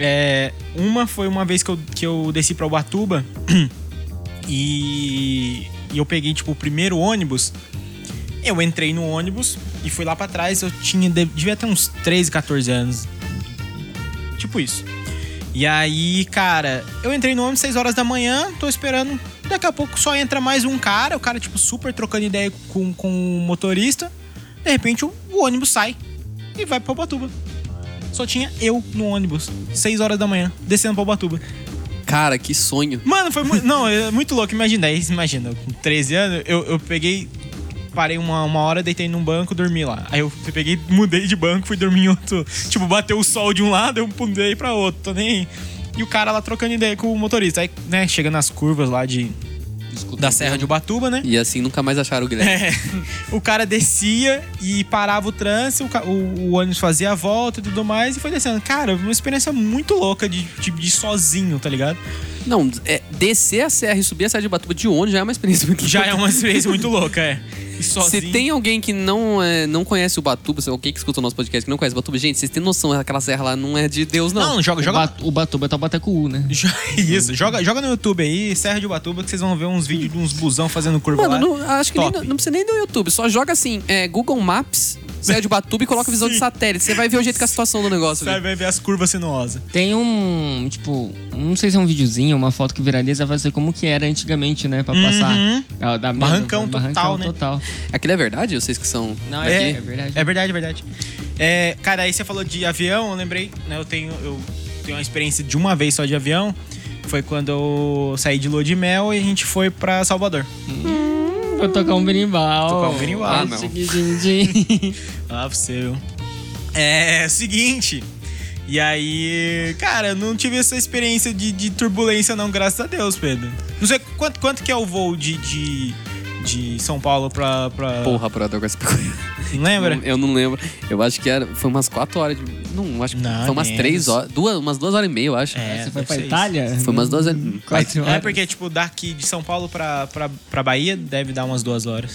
S3: É, uma foi uma vez que eu, que eu desci pra Ubatuba e, e eu peguei, tipo, o primeiro ônibus. Eu entrei no ônibus e fui lá pra trás. Eu tinha, devia ter uns 13, 14 anos. Tipo isso. E aí, cara, eu entrei no ônibus 6 horas da manhã, tô esperando. Daqui a pouco só entra mais um cara, o cara, tipo, super trocando ideia com, com o motorista. De repente, o, o ônibus sai e vai pra Ubatuba. Só tinha eu no ônibus, 6 horas da manhã, descendo pra Ubatuba.
S1: Cara, que sonho.
S3: Mano, foi muito. Não, é muito louco. Imagina, aí, imagina, eu com 13 anos, eu, eu peguei. Parei uma, uma hora, deitei num banco, dormi lá. Aí eu peguei, mudei de banco, fui dormir em outro. Tipo, bateu o sol de um lado, eu pulei pra outro, tô nem aí. E o cara lá trocando ideia com o motorista. Aí, né, chega nas curvas lá de, da Serra de Ubatuba, né?
S1: E assim nunca mais acharam o Guilherme.
S3: É. O cara descia e parava o trânsito, o ca- o, o ônibus fazia a volta e tudo mais, e foi descendo. Cara, uma experiência muito louca de, de, de sozinho, tá ligado?
S1: Não, é, descer a serra e subir a serra de Batuba de ônibus já é uma experiência muito
S3: Já
S1: louca.
S3: é uma experiência muito louca, é. E
S1: Se
S3: sozinho.
S1: tem alguém que não, é, não conhece o Batuba, se alguém que escuta o nosso podcast que não conhece o Batuba, gente, vocês têm noção, aquela serra lá não é de Deus, não.
S3: Não, joga,
S2: O,
S3: joga.
S2: bat, o Batuba é Tabatacuú, né?
S3: Jo- Isso, joga, joga no YouTube aí, Serra de Ubatuba, que vocês vão ver uns vídeos de uns busão fazendo curva
S1: Mano,
S3: lá. é
S1: não, acho que nem,
S3: Top.
S1: não precisa nem do YouTube, só joga assim, é, Google Maps, serra de Batuba e coloca visão de
S3: Sim.
S1: satélite. Você vai ver o jeito que é a situação do negócio.
S3: Sabe,
S1: velho.
S3: vai ver as curvas sinuosas.
S2: Tem um, tipo, não sei se é um videozinho, uma foto que viraliza, vai ser como que era antigamente, né? Pra passar.
S3: Uhum.
S2: Da, da mesa,
S3: Barrancão
S2: barrancão
S3: total, né?
S2: total.
S1: Aquilo é verdade? Vocês que são.
S2: Não,
S1: daqui?
S2: é, é verdade.
S3: É verdade, é verdade. É, cara, aí você falou de avião, eu lembrei, né? Eu tenho, eu tenho uma experiência de uma vez só de avião. Foi quando eu saí de lua de mel e a gente foi pra Salvador.
S2: Vou tocar um berimbau.
S3: Tocar um berimbau.
S1: Ah, não.
S2: não.
S3: Ah, você, viu? É, o seguinte. E aí, cara, eu não tive essa experiência de, de turbulência, não, graças a Deus, Pedro. Não sei quanto, quanto que é o voo de, de, de São Paulo pra. pra...
S1: Porra, brother, agora você pegou.
S3: Não lembra?
S1: Eu não lembro. Eu acho que era. Foi umas 4 horas de. Não, acho que
S3: Não,
S1: foi umas
S3: menos.
S1: 3 horas. Duas, umas 2 horas e meia, eu acho.
S3: É,
S2: Você foi pra
S3: deve ser
S2: Itália?
S1: Foi umas duas horas.
S2: Quatro horas.
S3: É porque, tipo, daqui de São Paulo pra, pra, pra Bahia deve dar umas duas horas.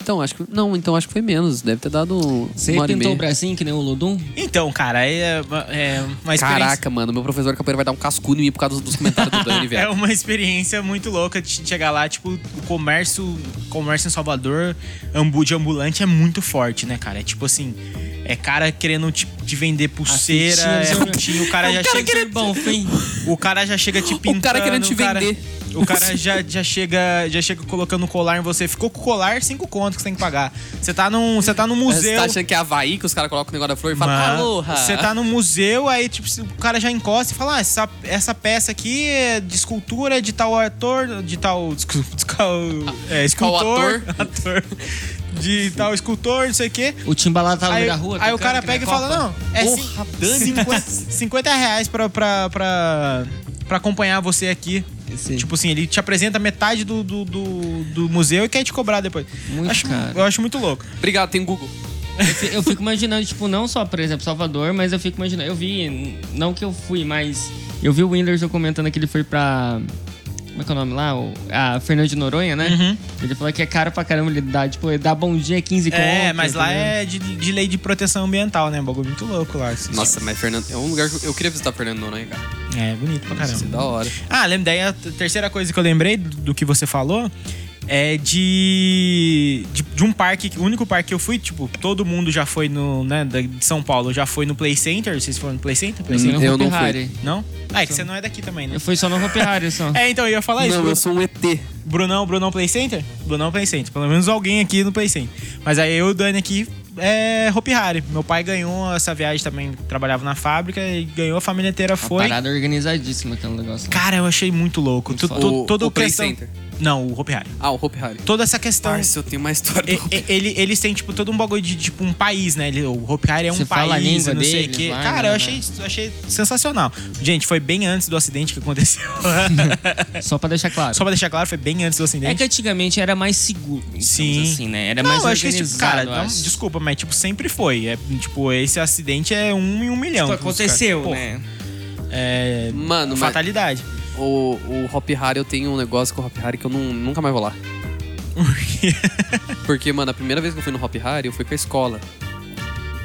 S1: Então, acho que. Não, então acho que foi menos. Deve ter dado
S2: Você
S1: uma hora e
S2: pintou o
S1: meia.
S2: bracinho que nem o Lodum?
S3: Então, cara, é, é uma experiência.
S1: Caraca, mano, meu professor de capoeira vai dar um cascudo em mim por causa dos comentários do Dani,
S3: É
S1: velho.
S3: uma experiência muito louca de chegar lá, tipo, o comércio, o comércio em Salvador, ambu de ambulante é muito forte, né, cara? É tipo assim, é cara querendo te, te vender pulseira,
S2: fitinha,
S3: é
S2: né?
S3: fitinha, o cara
S2: O
S3: já
S2: cara
S3: chega,
S2: querendo- Bom, fim.
S3: o cara já chega te pintando,
S1: cara querendo te
S3: cara-
S1: vender.
S3: O cara já, já chega, já chega colocando colar em você. Ficou com o colar, cinco contos que você tem que pagar. Você tá num, você tá num
S1: Você
S3: museu.
S1: tá achando que é Havaí que os caras colocam o negócio da flor e falam,
S3: Mas
S1: aloha!
S3: Você tá no museu, aí tipo, se o cara já encosta e fala: ah, essa, essa peça aqui é de escultura de tal ator, de tal. escu- de tal- é, escultor. ator. De tal escultor, não sei o quê.
S2: O Timbalá tava Tá no
S3: Aí,
S2: meio da rua.
S3: aí
S2: tocando
S3: o cara
S2: que nem
S3: pega e
S2: Copa.
S3: fala: não, é
S1: Porra,
S3: cin-
S1: dane-se.
S3: 50, 50 reais pra, pra, pra, pra acompanhar você aqui.
S2: Sim.
S3: Tipo assim, ele te apresenta metade do, do, do, do museu e quer te cobrar depois.
S2: Muito
S3: acho,
S2: caro.
S3: Eu acho muito louco.
S1: Obrigado, tem Google.
S2: Eu fi- Eu fico imaginando, tipo, não só, por exemplo, Salvador, mas eu fico imaginando. Eu vi, n- não que eu fui, mas eu vi o Whindersson comentando que ele foi pra. Como é que é o nome lá? O- a Fernando de Noronha, né?
S3: Uhum.
S2: Ele falou que é caro pra caramba, ele dá, tipo, ele dá bom dia 15
S3: É,
S2: conto,
S3: mas lá
S2: entendeu?
S3: é de, de lei de proteção ambiental, né? Um bagulho muito louco lá. Assim.
S1: Nossa, mas Fernando. É um lugar que eu- eu queria visitar Fernando Noronha, cara.
S3: É, bonito pra
S1: Isso é
S3: caramba.
S1: da hora.
S3: Ah, lembra, daí a t- terceira coisa que eu lembrei do do que você falou é de, de, de um parque, o único parque que eu fui, tipo, todo mundo já foi no, né, da- de São Paulo, já foi no Play Center, vocês foram no Play Center? Play Center?
S2: Eu,
S1: Eu não
S2: não
S1: fui.
S2: fui.
S3: Não? Ah, é que você não é daqui também, né?
S2: Uhum. Eu fui só no Hopi Hari, só.
S3: É, então, eu ia falar isso.
S1: não,
S3: Bru-
S1: eu sou um ET.
S3: Brunão, Brunão Play Center? Brunão Play Center. Pelo menos alguém aqui no Play Center. Mas aí eu e o Dani aqui é Hopi Hari. Meu pai ganhou essa viagem também, trabalhava na fábrica e ganhou, a família inteira
S2: Uma
S3: foi.
S2: Parada organizadíssima aquele negócio. né? lá.
S3: Cara, eu achei muito louco. Tu,
S2: foda.
S3: tu, toda
S1: o Play
S3: questão...
S1: Center.
S3: Não, o Hopi Hari.
S1: Ah, o Hope Harry.
S3: Toda essa questão...
S1: Parça, eu tenho uma história
S3: Então, E-
S1: do
S3: e- ele, eles têm, tipo, todo um bagulho de, tipo, um país, né? Ele, o Hopi Hari é um
S2: Você
S3: país,
S2: fala a língua
S3: não sei o
S2: deles
S3: quê.
S2: lá,
S3: Cara,
S2: né,
S3: eu achei, eu achei sensacional. Gente, foi bem antes do acidente que aconteceu.
S2: Só pra deixar claro.
S3: Só pra deixar claro, foi bem antes do
S2: É
S3: acidente.
S2: que antigamente era mais seguro, digamos
S3: Sim.
S2: assim, né?
S1: É
S2: Era
S3: não,
S2: mais
S3: eu acho que,
S2: organizado,
S3: tipo, cara,
S2: eu
S3: não-
S2: acho.
S3: desculpa, mas, tipo, sempre foi. É, tipo, esse acidente é um em um milhão.
S2: Tipo,
S3: Os caras-
S2: aconteceu,
S3: pô,
S2: né?
S3: É...
S1: Mano, mas
S3: Fatalidade.
S1: o, o Hop Harry, eu tenho um negócio com o Hop Harry que eu não- nunca mais vou lá. Porque, mano, a primeira vez que eu fui no Hop Harry, eu fui com a escola.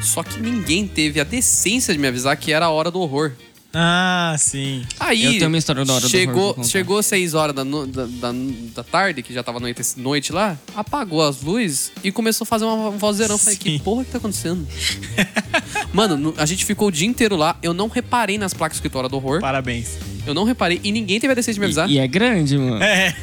S1: Só que ninguém teve a decência de me avisar que era a hora do horror.
S3: Ah, sim.
S1: Aí.
S2: Eu tenho uma história da hora do
S1: chegou,
S2: horror pra contar.
S1: Chegou 6 horas da, no- da, da- da tarde, que já tava noite, noite lá, apagou as luzes e começou a fazer uma vozeirão. Eu Falei,
S3: Sim.
S1: que porra que tá acontecendo? Mano, no- a gente ficou o dia inteiro lá, eu não reparei nas placas escrito Hora do Horror,
S3: Parabéns.
S1: eu não reparei e ninguém teve a decência de me avisar.
S2: E,
S1: E,
S2: e é grande, mano.
S3: É.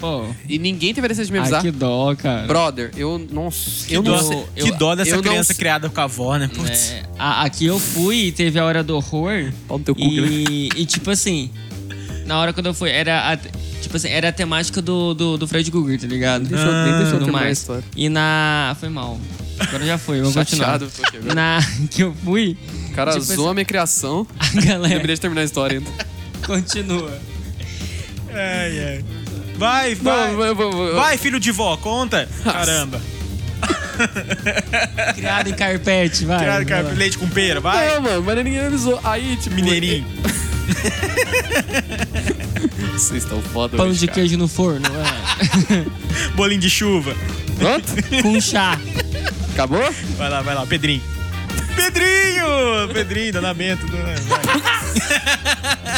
S2: Pô,
S1: ninguém teve a decência de me
S2: ai,
S1: avisar.
S2: que dó, cara.
S1: Brother, eu. Nossa, eu
S3: que,
S1: não
S3: dó,
S1: sei.
S3: que
S2: eu-
S3: dó dessa
S1: eu não
S3: criança
S1: sei.
S3: criada com a avó, né? Putz.
S2: É, a- aqui eu fui e teve a hora do horror.
S1: Pau no teu cu,
S2: e, e tipo assim, na hora quando eu fui, era a, tipo assim, era a temática do, do, do Fred Guger, tá ligado?
S1: Deixa eu- nem deixa eu
S2: Tudo
S1: terminar a
S2: mais.
S1: história.
S2: E na. Foi mal. Agora já foi, vamos continuar.
S1: Chateado, porque agora-
S2: Na que eu fui,
S1: O cara
S2: tipo,
S1: zoa a minha criação.
S2: a galera
S1: Lembrei de terminar a história ainda.
S2: continua.
S3: Ai, ai. Vai, vai.
S1: Não, eu vou- vou-
S3: Vai, filho de vó, conta. Caramba.
S2: Criado em carpete, vai.
S3: Tiraram
S2: vai lá.
S3: cara, leite com pera, vai.
S1: Não, mano, mas ninguém avisou. Aí, tipo.
S3: Mineirinho.
S1: Vocês estão foda,
S2: Pão
S1: hoje,
S2: de
S1: cara.
S2: queijo no forno, vai.
S3: Bolinho de chuva.
S1: Pronto?
S2: Com chá.
S1: Acabou?
S3: Vai lá, vai lá, Pedrinho. Pedrinho! Pedrinho, danamento. dona- vai.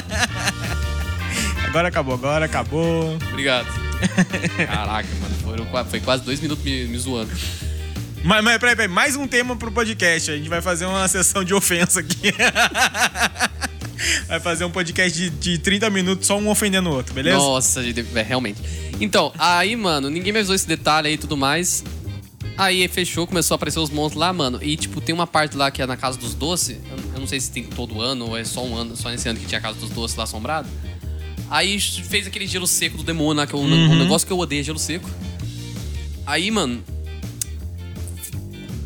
S3: Agora acabou, agora acabou.
S1: Obrigado. Caraca, mano, foram qua- foi quase dois minutos me, me zoando.
S3: Mas, mas peraí, peraí, mais um tema pro podcast. A gente vai fazer uma sessão de ofensa aqui. Vai fazer um podcast de, de 30 minutos, só um ofendendo o outro, beleza?
S1: Nossa, gente, é, realmente. Então, aí, mano, ninguém me avisou esse detalhe aí e tudo mais. Aí fechou, começou a aparecer os monstros lá, mano. E, tipo, tem uma parte lá que é na Casa dos Doces. Eu, eu não sei se tem todo ano ou é só um ano, só nesse ano que tinha a Casa dos Doces lá assombrado. Aí fez aquele gelo seco do demônio lá, que é um, um negócio que eu odeio, gelo seco. Aí, mano,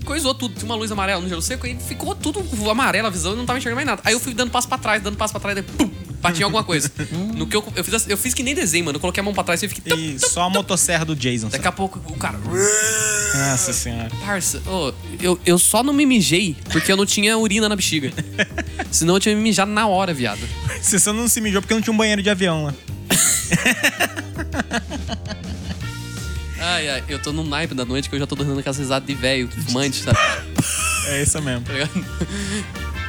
S1: coisou tudo. Tinha uma luz amarela no gelo seco e ficou tudo amarelo a visão, eu não tava enxergando mais nada. Aí eu fui dando passo pra trás, dando passo pra trás, daí pum! Patinho alguma coisa. No que eu, eu, fiz, assim- eu fiz que nem desenho, mano. Eu coloquei a mão pra trás e eu fiquei.
S3: E só a motosserra do Jason.
S1: Daqui a pouco o cara.
S3: sabe? Nossa senhora.
S1: Parça, ô, eu, eu só não me mijei porque eu não tinha urina na bexiga. Senão eu tinha me mijado na hora, viado.
S3: Você só não se mijou porque não tinha um banheiro de avião lá.
S1: Ai, ai, eu tô num naipe da noite que eu já tô dormindo com essa risada de velho, fumante, sabe?
S3: É isso mesmo.
S1: Tá ligado?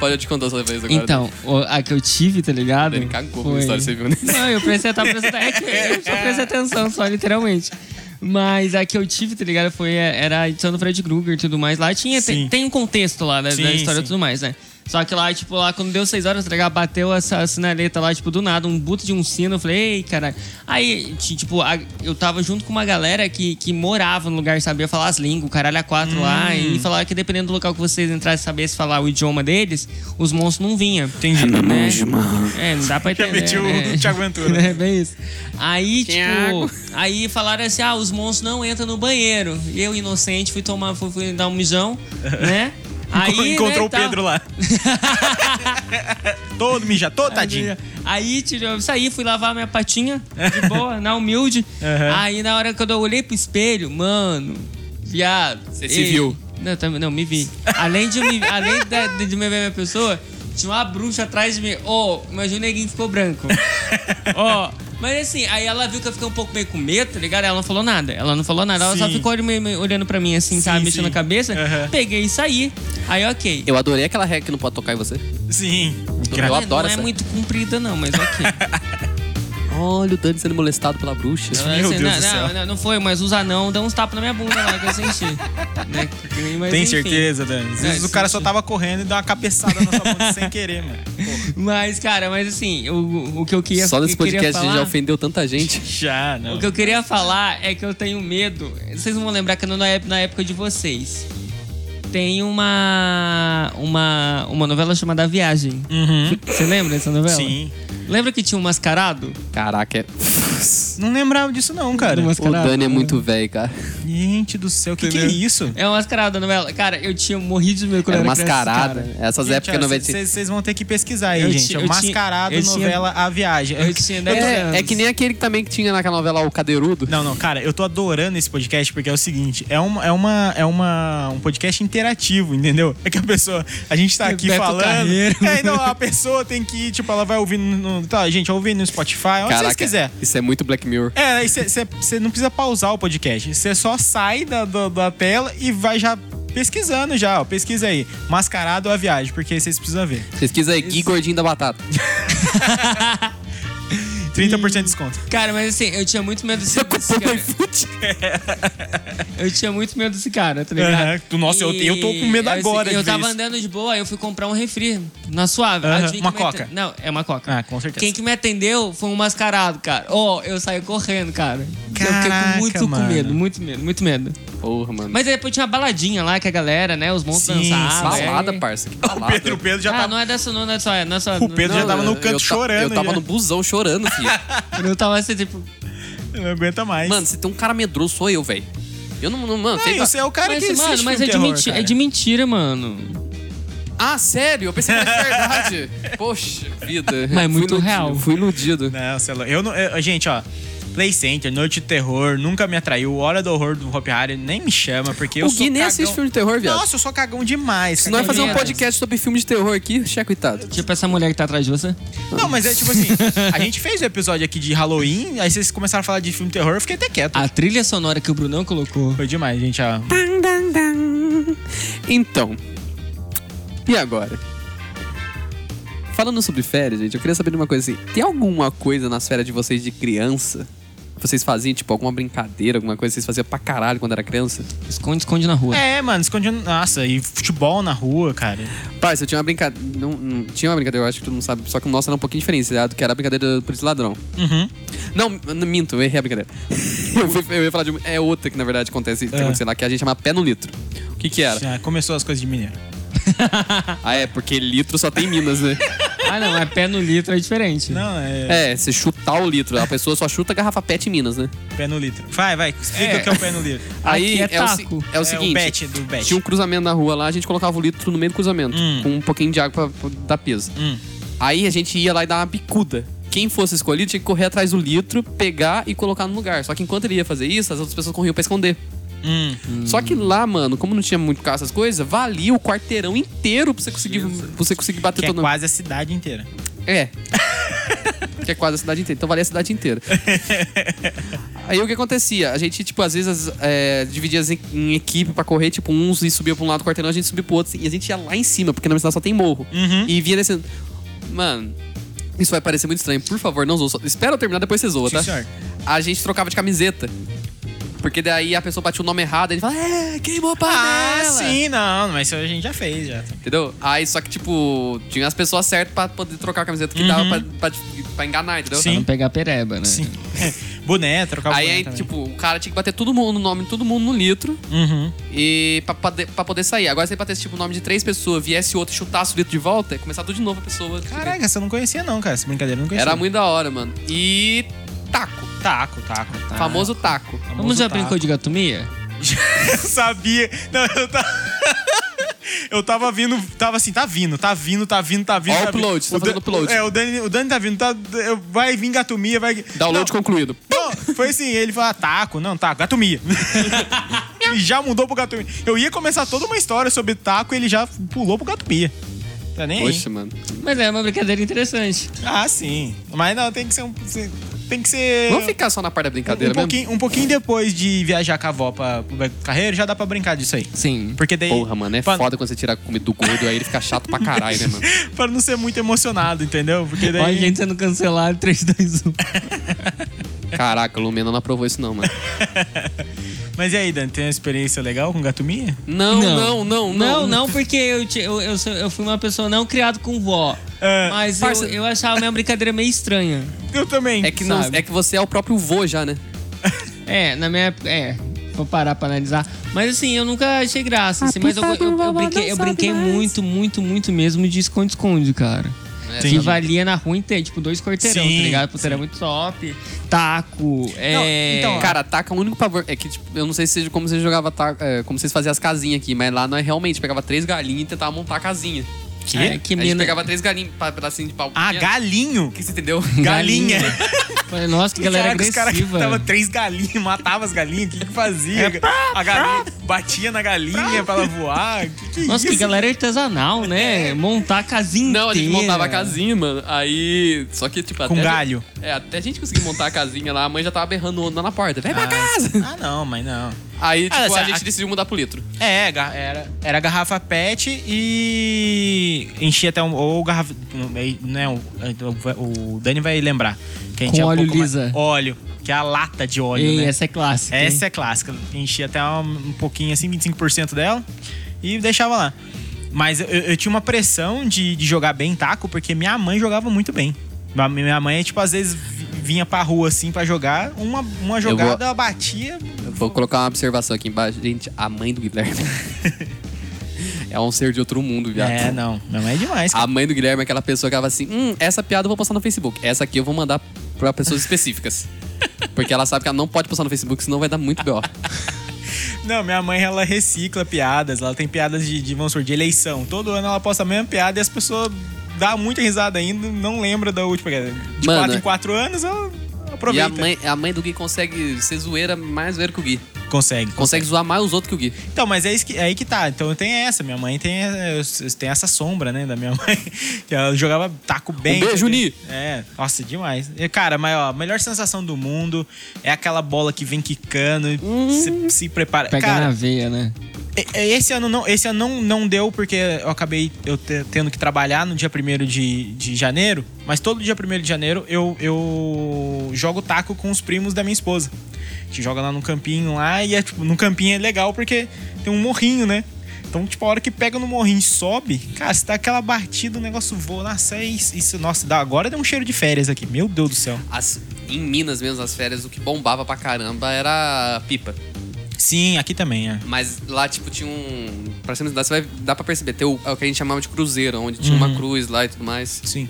S1: Pode eu te contar essa vez agora.
S2: Então, o- a que eu tive, tá ligado?
S1: Ele cagou com a história, você viu, né?
S2: Não, eu prestei, eu tava prestando, é que eu só prestei atenção, só literalmente. Mas a que eu tive, tá ligado? Foi, era a edição do Fred Krueger e tudo mais. Lá tinha, tem,
S3: Sim.
S2: tem um contexto lá da, da
S3: Sim,
S2: história e
S3: sim.
S2: tudo mais, né? Só que lá, tipo, lá quando deu seis horas, tá ligado? Bateu essa sinaleta lá, tipo, do nada, um buto de um sino. Eu falei, ei, caralho. Aí, ti- tipo, a- eu tava junto com uma galera que, que morava no lugar, sabia falar as línguas, o caralho a quatro lá.
S3: Hum.
S2: E falava que dependendo do local que vocês entrassem, sabesse falar o idioma deles, os monstros não vinham.
S3: Entendi.
S2: Né? É, não dá pra
S3: Já
S2: entender.
S3: metiu
S2: né?
S3: o Thiago Ventura.
S2: É bem isso. Aí,
S1: Thiago.
S2: tipo, aí falaram assim: ah, os monstros não entram no banheiro. Eu, inocente, fui tomar, fui, fui dar um mijão, né? Aí, né,
S3: Encontrou o
S2: tal.
S3: Pedro lá. todo mijado, todo tadinho.
S2: Aí tirei- eu saí, fui lavar minha patinha, de boa, na humilde.
S3: Aham.
S2: Aí na hora que eu olhei pro espelho, mano, viado.
S1: Você se
S2: ei.
S1: viu?
S2: Não, também, não, me vi. Além de eu me, além da- de, de me ver minha pessoa, tinha uma bruxa atrás de mim. Ó, mas o neguinho ficou branco. Ó. Mas assim, aí ela viu que eu fiquei um pouco meio com medo, tá ligado? Ela não falou nada. Ela não falou nada. Ela só
S3: Sim.
S2: ficou olhando- meio- meio olhando pra mim assim,
S3: Sim,
S2: sabe? Mexendo
S3: sim.
S2: a cabeça.
S3: Aham.
S2: Peguei e saí. Aí, ok.
S1: Eu adorei aquela regra que não pode tocar em você.
S3: Sim.
S1: Eu
S2: Não é-
S1: adoro
S2: não é
S1: essa.
S2: muito comprida, não, mas ok.
S1: Olha o Dani sendo molestado pela bruxa.
S2: Não,
S3: Meu
S2: assim,
S3: Deus
S2: não,
S3: do céu.
S2: Não, não, não foi, mas os anão dão uns tapas na minha bunda lá que eu senti. né? Mas,
S3: Tem
S2: enfim.
S3: certeza, Dani? Às
S2: É,
S3: vezes o
S2: sim,
S3: cara só
S2: sim.
S3: tava correndo e deu uma cabeçada na sua bunda sem querer, mano.
S2: Mas, cara, mas assim, o, o que eu queria
S1: Só nesse
S2: eu queria
S1: podcast a gente já
S2: falar-
S1: ofendeu tanta gente.
S3: Já, não.
S2: O que eu queria falar é que eu tenho medo. Vocês vão lembrar que na ép- na época de vocês tem uma uma uma novela chamada A Viagem.
S3: Uhum.
S2: Você lembra dessa novela?
S3: Sim.
S2: Lembra que tinha um mascarado?
S1: Caraca, é.
S3: Não lembrava disso, não, cara.
S2: Do
S1: o
S2: mascarado?
S1: Dani é muito velho, cara.
S3: Gente do céu, o que, que é
S2: Entendeu?
S3: isso?
S2: É um mascarado da novela. Cara, eu tinha morrido de medo quando
S1: Era
S2: eu era criança,
S1: mascarada.
S2: cara.
S1: Essas
S3: Gente,
S1: épocas
S3: olha,
S1: não vai
S3: cê- cê- Vocês vão ter que pesquisar aí,
S2: Eu
S3: gente.
S2: tinha-
S3: É
S2: eu tinha-
S3: Mascarado,
S2: eu tinha-
S3: novela A Viagem.
S2: Eu tinha dez anos.
S1: É, é que nem aquele que também que tinha naquela novela O Cadeirudo.
S3: Não, não, cara, eu tô adorando esse podcast porque é o seguinte, é uma é uma é uma um podcast interativo, entendeu? É que a pessoa, a gente tá aqui
S2: Beto
S3: falando,
S2: Carreiro. né?
S3: é, não, a pessoa tem que ir, tipo, ela vai ouvindo no, tá, gente, ouvindo no Spotify, onde vocês quiser.
S1: isso é muito Black Mirror.
S3: É, aí você não precisa pausar o podcast. Você só sai da, da, da tela e vai já pesquisando já, ó. Pesquisa aí. Mascarado ou a viagem, porque vocês precisam ver.
S1: Pesquisa aí, Gui Gordinho da Batata.
S3: 30%
S2: Hum.
S3: de desconto.
S2: Cara, mas assim, eu tinha muito medo desse, desse cara. Eu tinha muito medo desse cara, tá ligado?
S3: Aham. Nossa, eu- eu tô com medo
S2: assim,
S3: agora de
S2: Eu
S3: ver
S2: tava
S3: isso.
S2: andando de boa, aí eu fui comprar um refri na suave.
S3: Aham,
S2: Adivinha quem
S3: uma
S2: me
S3: coca.
S2: ate- Não, é uma coca.
S3: Ah, com certeza.
S2: Quem que me atendeu foi um mascarado, cara. Ó, eu saí correndo, cara. eu fiquei
S3: Caraca,
S2: com muito
S3: mano.
S2: com medo, muito medo, muito medo.
S1: Porra, mano.
S2: Mas aí depois tinha uma baladinha lá que a galera, né, os monstros
S3: Sim,
S2: dançavam.
S1: balada,
S2: é.
S1: parça. Que
S3: O
S1: balada.
S3: Pedro, o Pedro já
S2: ah,
S3: tá
S2: não é dessa, não, não é só. Não é só
S3: O Pedro já tava no
S1: eu-
S3: canto
S1: eu ta-
S3: chorando
S1: Eu tava
S3: já.
S1: no busão chorando, filho.
S2: Eu tava assim, tipo.
S3: não aguenta mais.
S1: mano, se tem um cara medroso, sou eu, velho. Eu não, não mano,
S3: Aí,
S2: tá
S1: tem-
S3: você é o cara
S2: mas,
S3: que assiste
S2: mano, mas é
S3: filme
S2: de,
S3: terror,
S2: menti-
S3: cara.
S2: é de mentira, mano.
S1: Ah, sério? Eu pensei que era verdade. Poxa vida.
S2: Mas é muito
S1: Fui iludido,
S2: real.
S1: Fui iludido.
S3: Não, sei lá. Eu não. eu- gente, ó. Play Center, Noite de Terror, nunca me atraiu. Hora do Horror do Hop Harry, nem me chama, porque eu
S1: o
S3: sou.
S1: Gui nem
S3: cagão.
S1: assiste filme de terror, viado.
S3: Nossa, eu sou cagão demais.
S1: Se nós
S3: cagão
S1: fazer um
S2: merda.
S1: podcast sobre filme de terror aqui, checo coitado.
S2: Tipo essa mulher que tá atrás de você.
S3: Não, mas é tipo assim, a gente fez o episódio aqui de Halloween, aí vocês começaram a falar de filme de terror, eu fiquei até quieto.
S1: Ah.
S2: A trilha sonora que o Brunão colocou.
S3: Foi demais, gente. ó.
S1: Dan, dan, dan. Então. E agora? Falando sobre férias, gente, eu queria saber de uma coisa assim. Tem alguma coisa nas férias de vocês de criança? que Vocês faziam, tipo, alguma brincadeira, alguma coisa que vocês faziam pra caralho quando era criança?
S2: Esconde, esconde na rua.
S3: É, mano, escondido. Nossa, e futebol na rua, cara.
S1: Parça, eu tinha uma brincadeira. Não, não- tinha uma brincadeira, eu acho que tu não sabe. Só que o nosso era um pouquinho diferenciado, que era a brincadeira do polícia ladrão.
S3: Uhum.
S1: Não, não, minto, eu errei a brincadeira. eu, fui- eu ia falar de uma. É outra que na verdade acontece, que
S3: É.
S1: aconteceu lá, que a gente chama pé no litro. O que que era?
S3: Já começou as coisas de mineiro.
S1: Ah, é, porque litro só tem em Minas, né?
S2: Ah, não, é pé no litro, é diferente.
S3: Não, é,
S1: É, você chutar o litro. A pessoa só chuta a garrafa PET em Minas, né?
S3: pé no litro. Vai, vai, explica
S1: É.
S3: o que é o pé no litro.
S1: Aí
S2: Aqui é
S1: o, se-
S2: taco.
S1: é o
S3: o
S1: seguinte:
S3: bet do bet.
S1: tinha um cruzamento na rua lá, a gente colocava o litro no meio do cruzamento,
S3: Hum.
S1: com um pouquinho de água pra, pra dar peso.
S3: Hum.
S1: Aí a gente ia lá e dava uma bicuda. Quem fosse escolhido tinha que correr atrás do litro, pegar e colocar no lugar. Só que enquanto ele ia fazer isso, as outras pessoas corriam pra esconder.
S3: Hum.
S1: Só que lá, mano, como não tinha muito carro essas coisas, valia o quarteirão inteiro pra você conseguir, pra você conseguir bater
S3: Que é
S1: todo mundo.
S3: quase a cidade inteira.
S1: É. que é quase a cidade inteira. Então valia a cidade inteira. Aí o que acontecia? A gente, tipo, às vezes é, dividia as em- em equipe pra correr, tipo, uns e subia pra um lado do quarteirão, a gente subia pro outro. assim, E a gente ia lá em cima, porque na minha cidade só tem morro.
S3: Uhum.
S1: E vinha descendo. Mano, isso vai parecer muito estranho. Por favor, não zoa. Só- Espera eu terminar, depois você zoa,
S3: Sim,
S1: tá?
S3: senhor.
S1: A gente trocava de camiseta. Porque daí a pessoa batia o nome errado, a gente fala, é, queimou a panela.
S3: Ah, sim, não. Mas isso a gente já fez, já.
S1: Entendeu? Aí só que, tipo, tinha as pessoas certas pra poder trocar a camiseta que dava pra, pra, pra enganar, entendeu?
S3: Uhum. Sim.
S2: Pra não pegar pereba, né?
S3: Sim. boné, trocar
S1: Aí,
S3: boné
S1: aí,
S3: também.
S1: tipo, o cara tinha que bater todo mundo, o nome de todo mundo no litro
S3: Uhum.
S1: e pra, poder- pra poder sair. Agora se ele batesse, tipo, o nome de três pessoas, viesse outro e chutasse o litro de volta, ia começar tudo de novo a pessoa. tipo,
S3: Caraca, essa eu não conhecia não, cara. Essa brincadeira eu não conhecia.
S1: Era muito da hora, mano. E taco.
S3: Taco, taco, taco.
S1: Famoso taco.
S2: Vamos já brincou de gatomia?
S3: Eu sabia. Não, eu tava... Eu tava vindo, tava assim, tá vindo, tá vindo, tá vindo, tá vindo.
S1: Ó o
S3: tá vindo.
S1: upload, você tá
S3: O Dan-
S1: fazendo upload.
S3: É, o Dani, o Dani tá vindo, tá, eu- vai vir gatomia, vai.
S1: Download concluído.
S3: não, não, foi assim, ele fala taco, não, taco, gatomia. e já mudou pro gatomia. Eu ia começar toda uma história sobre taco e ele já pulou pro gatomia. Tá nem aí.
S1: Poxa, mano.
S2: Mas é uma brincadeira interessante.
S3: Ah, sim. Mas não, tem que ser um. Tem que ser.
S1: Vamos ficar só na parte da brincadeira
S3: um,
S1: mesmo?
S3: pouquinho, um pouquinho depois de viajar com a avó pra, pro Beto carreiro, já dá pra brincar disso aí.
S2: Sim.
S3: Porque daí.
S1: Porra, mano, é
S3: pra,
S1: foda quando você tirar a comida do gordo, aí ele fica chato pra caralho, né, mano?
S3: pra não ser muito emocionado, entendeu? Porque daí.
S2: Olha a gente sendo cancelado, um. 3, 2, 1.
S1: Caraca, o Lumena não aprovou isso não, mano.
S3: Mas e aí, Dani, tem uma experiência legal com gatomia?
S1: Não, não, não, não.
S2: Não, não, porque eu, ti- eu, eu, sou- eu fui uma pessoa não criada com vó.
S3: É.
S2: mas
S1: Parça-
S2: eu, eu achava a minha brincadeira meio estranha.
S3: Eu também.
S1: É que, não,
S2: Sabe.
S1: é que você é o próprio vô já, né?
S2: É, na minha época. É, vou parar pra analisar. Mas assim, eu nunca achei graça. assim, mas eu, eu- eu brinquei, eu brinquei muito, muito, muito mesmo de esconde-esconde, cara.
S3: Entendi.
S2: Que É, valia na rua inteira, tipo, dois quarteirão,
S3: Sim,
S2: tá ligado? Porque era muito top. Taco, é.
S3: então,
S2: cara,
S1: Cara, taca é o único pavor. É que, tipo, eu não sei se seja como vocês jogava taca, é, como vocês faziam as casinhas aqui, mas lá não é realmente. Pegava três galinhas e tentava montar a casinha.
S2: que, é, que
S1: a gente
S2: mina.
S1: pegava três galinhas, pa- pedacinho de pau.
S3: Ah,
S1: pequeno.
S3: galinho.
S1: Que você entendeu?
S3: Galinha.
S2: Falei, Nossa, que galera
S3: Caraca, os caras
S2: agressiva. É,
S3: tava três galinhas, matava as galinhas, o que que fazia? a galinha batia na galinha pra ela voar. Que que é
S2: Nossa, que
S3: isso? É.
S2: galera artesanal, né? Montar a casinha
S1: Não, a gente
S2: inteira.
S1: montava a casinha, mano. Aí. Só que, tipo,
S3: Com
S1: até.
S3: galho.
S1: É, até a gente conseguir montar a casinha lá, a mãe já tava berrando o outro lá na porta. Vem pra casa!
S3: Ah, não, mas não.
S1: Aí, tipo,
S3: Ah,
S1: a
S3: essa-
S1: gente decidiu mudar pro litro.
S3: É, ga- era, era garrafa PET e enchia até um. Ou garrafa. um, é, Né, o, o Dani vai lembrar. Que a gente
S2: Com
S3: é um
S2: óleo
S3: pouco
S2: lisa.
S3: Mais, óleo, que é a lata de óleo,
S2: Ei,
S3: né? Essa,
S2: essa é clássica. hein?
S3: é clássica. Enchia até um, um pouquinho, assim, 25% dela e deixava lá. Mas eu, eu tinha uma pressão de, de jogar bem taco, porque minha mãe jogava muito bem. Ma- Minha mãe, tipo, às vezes vi- vinha pra rua assim pra jogar, uma, uma
S1: vou-
S3: jogada ela batia.
S1: Eu Vou colocar uma observação aqui embaixo. Gente, a mãe do Guilherme. é um ser de outro mundo, viado.
S3: É, não. Minha mãe é demais.
S1: A mãe do Guilherme é aquela pessoa que ela fala assim: hum, essa piada eu vou postar no Facebook. Essa aqui eu vou mandar pra pessoas específicas. Porque ela sabe que ela não pode postar no Facebook, senão vai dar muito B.O.
S3: Não, minha mãe, ela recicla piadas. Ela tem piadas de, de vamos supor, de eleição. Todo ano ela posta a mesma piada e as pessoas dá muita risada ainda, não lembra da última. De
S1: Mano,
S3: quatro
S1: é-
S3: em quatro anos, ela
S1: E
S3: aproveita.
S1: a mãe, a mãe do Gui consegue ser zoeira mais zoeira que o Gui.
S3: Consegue.
S1: Consegue zoar mais os outros que o Gui.
S3: Então, mas é, isso que, é aí que tá. Então tem essa. Minha mãe tem, eh, tem essa sombra, né, da minha mãe. Que ela jogava taco bem.
S1: Um beijo, Ni.
S3: É, nossa, demais. E, cara, mas ó, a melhor sensação do mundo é aquela bola que vem quicando. e
S1: Uhum.
S3: se, se prepara.
S2: Pega
S3: é- cara,
S2: na veia, né?
S3: E- e- Esse ano não, esse ano não, não deu porque eu acabei eu te- tendo que trabalhar no dia 1 de, de janeiro, mas todo dia 1 de janeiro eu, eu jogo taco com os primos da minha esposa. A gente joga lá no campinho lá e é tipo, no campinho é legal porque tem um morrinho, né? Então, tipo, a hora que pega no morrinho e sobe, cara, você dá aquela batida, o negócio voa, nossa, é isso, isso- nossa, dá, agora deu um cheiro de férias aqui, meu Deus do céu.
S1: As- em Minas mesmo, as férias, o que bombava pra caramba era pipa.
S3: Sim, aqui também, é.
S1: Mas lá, tipo, tinha um. Pra cima da cidade, você vai, dá pra perceber. Tem o, é o que a gente chamava de cruzeiro, onde tinha uma cruz lá e tudo mais.
S3: Sim.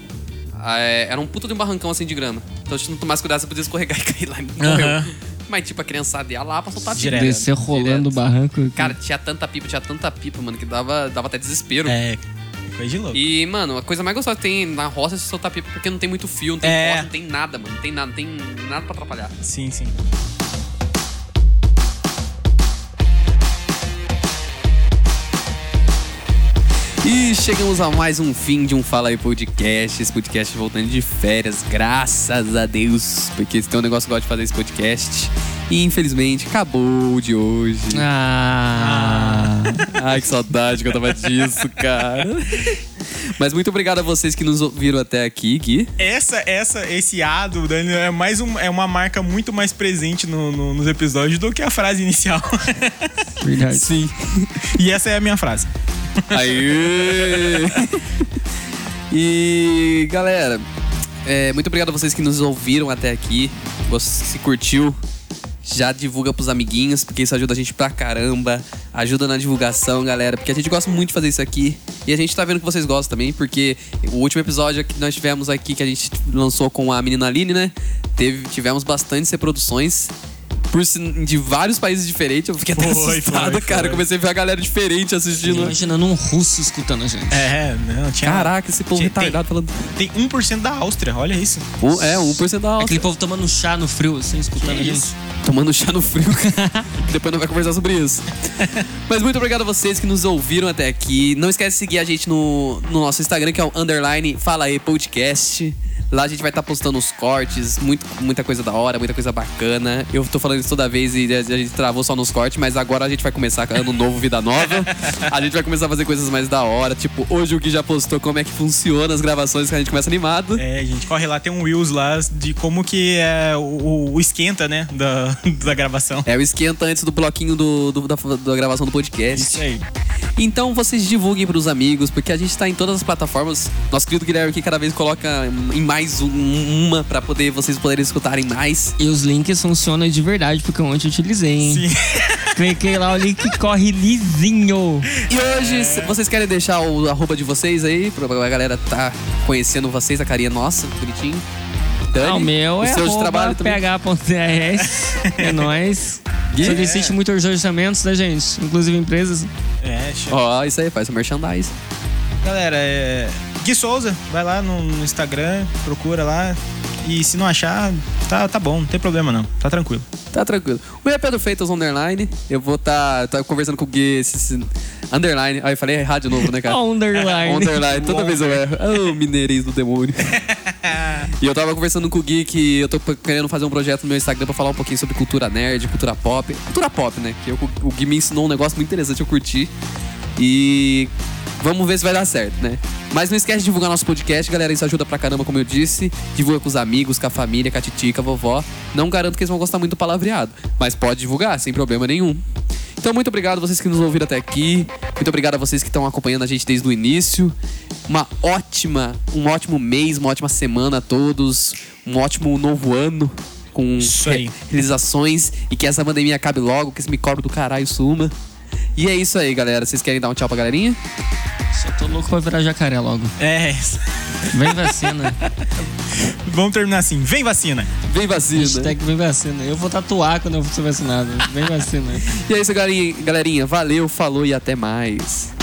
S1: Ah, é, Era um puto de um barrancão assim de grama. Então se não tomasse cuidado, você podia escorregar e cair lá e morreu.
S3: Aham.
S1: Mas tipo, a criançada ia lá pra soltar a pipa.
S3: Direto.
S2: Descer rolando o barranco.
S1: Cara, tinha tanta pipa, tinha tanta pipa, mano, que dava, dava até desespero.
S3: É. coisa de louco.
S1: E, mano, a coisa mais gostosa que tem na roça é se soltar pipa, porque não tem muito fio, não tem
S3: É.
S1: corda, não tem nada, mano. Não tem nada, não tem nada pra atrapalhar.
S3: Sim, sim.
S1: E chegamos a mais um fim de um Fala aí Podcast. Esse podcast voltando de férias, graças a Deus, porque se tem um negócio que eu gosto de fazer esse podcast. E infelizmente acabou o de hoje.
S2: Ah.
S1: Ai, que saudade que eu tava disso, cara. Mas muito obrigado a vocês que nos ouviram até aqui, Gui.
S3: Essa, essa, esse A do Daniel é mais um, é uma marca muito mais presente no- no- nos episódios do que a frase inicial.
S2: Verdade.
S1: Sim.
S3: e essa é a minha frase.
S1: Aí. E galera, é, muito obrigado a vocês que nos ouviram até aqui. Você se curtiu, já divulga pros amiguinhos, porque isso ajuda a gente pra caramba. Ajuda na divulgação, galera, porque a gente gosta muito de fazer isso aqui. E a gente tá vendo que vocês gostam também, porque o último episódio que nós tivemos aqui, que a gente lançou com a menina Aline, né? Teve, tivemos bastantes reproduções. Por, sin- de vários países diferentes, eu fiquei até
S3: Foi, foi,
S1: assustado, cara.
S3: foi.
S1: Eu Comecei a ver a galera diferente assistindo.
S2: Imaginando um russo escutando a gente.
S3: É, não, tinha.
S1: Caraca, esse povo
S3: Tem-
S1: retardado falando.
S3: Tem 1% da Áustria, olha isso.
S1: Um- é, 1% da alta.
S2: Aquele povo tomando chá no frio, assim, escutando a gente.
S1: Tomando chá no frio. Depois não vai conversar sobre isso. Mas muito obrigado a vocês que nos ouviram até aqui. Não esquece de seguir a gente no, no nosso Instagram, que é o underline Fala aí Podcast. Lá a gente vai estar postando os cortes, muito, muita coisa da hora, muita coisa bacana. Eu tô falando isso toda vez e a a gente travou só nos cortes, mas agora a gente vai começar com ano novo, vida nova. A gente vai começar a fazer coisas mais da hora. Tipo, hoje o Gui já postou como é que funciona as gravações que a gente começa animado.
S3: É, gente, corre lá, tem um Wills lá de como que é o, o- o esquenta, né, da, da gravação.
S1: É o esquenta antes do bloquinho do, do- da, da gravação do
S3: É Isso
S1: podcast.
S3: aí.
S1: Então vocês divulguem pros amigos, porque a gente tá em todas as plataformas. Nosso querido Guilherme aqui cada vez coloca em mais um- uma pra poder vocês poderem escutarem mais.
S2: E os links funcionam de verdade, porque ontem eu utilizei, hein?
S3: Sim.
S2: Cliquei lá, o link corre lisinho.
S1: E hoje,
S2: É.
S1: se vocês querem deixar o arroba de vocês aí, pra a galera tá conhecendo vocês, a carinha nossa, bonitinho. Dani,
S2: Ah, o meu
S1: os
S2: é
S1: seus de trabalho também.
S2: ph.rs. É nóis. Solicite muitos orçamentos, né, gente? Inclusive empresas.
S3: É, show.
S1: Ó, isso aí, faz o merchandise.
S3: Galera, é. Gui Souza, vai lá no, no Instagram, procura lá. E se não achar, tá, tá bom, não tem problema não. Tá tranquilo.
S1: Tá tranquilo. O meu é Pedro Freitas Underline. Eu vou tá, tá conversando com o Gui esse, esse- Underline. Aí eu falei errado de novo, né, cara?
S2: Underline.
S1: Underline, né? toda vez eu erro. Ô, Ah, mineirês do demônio. e eu tava conversando com o Gui que eu tô querendo fazer um projeto no meu Instagram pra falar um pouquinho sobre cultura nerd, cultura pop. Cultura pop, né? Que eu- o Gui me ensinou um negócio muito interessante, eu curti. E vamos ver se vai dar certo, né? Mas não esquece de divulgar nosso podcast, galera. Isso ajuda pra caramba, como eu disse. Divulga com os amigos, com a família, com a titica, com a vovó. Não garanto que eles vão gostar muito do palavreado, mas pode divulgar, sem problema nenhum. Então, muito obrigado a vocês que nos ouviram até aqui. Muito obrigado a vocês que estão acompanhando a gente desde o início. Uma ótima, um ótimo mês, uma ótima semana a todos. Um ótimo novo ano com
S3: Isso aí.
S1: re- realizações e que essa pandemia acabe logo, que esse micróbio do caralho suma. E é isso aí, galera. Vocês querem dar um tchau pra galerinha?
S2: Só tô louco pra virar jacaré logo.
S3: É.
S2: Vem vacina.
S3: Vamos terminar assim. Vem vacina!
S1: Vem vacina.
S2: Hashtag vem vacina. Eu vou tatuar quando eu for vacinado. Vem vacina.
S1: E é isso, galerinha. galerinha. Valeu, falou e até mais.